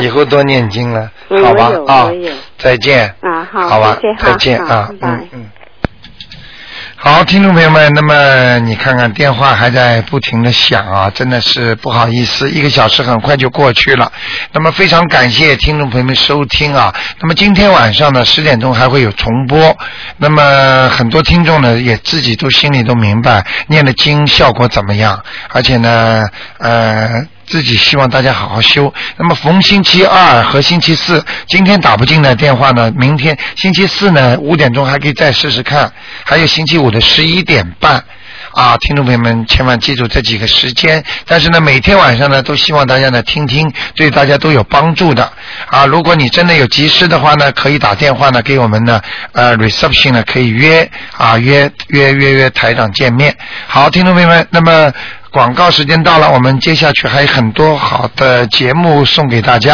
Speaker 1: 以后多念经了，
Speaker 9: 嗯
Speaker 1: 好吧
Speaker 9: 我有？
Speaker 1: 啊
Speaker 9: 我有，
Speaker 1: 再见。
Speaker 9: 啊，好，
Speaker 1: 好吧
Speaker 9: 谢谢，哈
Speaker 1: 再见
Speaker 9: 好
Speaker 1: 啊
Speaker 9: 拜，拜
Speaker 1: 嗯嗯。好，听众朋友们，那么你看看电话还在不停的响啊，真的是不好意思，一个小时很快就过去了。那么非常感谢听众朋友们收听啊。那么今天晚上呢，十点钟还会有重播。那么很多听众呢，也自己都心里都明白念的经效果怎么样，而且呢，呃。自己希望大家好好修。那么逢星期二和星期四，今天打不进的电话呢，明天星期四呢五点钟还可以再试试看，还有星期五的十一点半。啊，听众朋友们，千万记住这几个时间。但是呢，每天晚上呢，都希望大家呢听听，对大家都有帮助的。啊，如果你真的有急事的话呢，可以打电话呢给我们呢，呃，reception 呢可以约啊约约约约台长见面。好，听众朋友们，那么广告时间到了，我们接下去还有很多好的节目送给大家。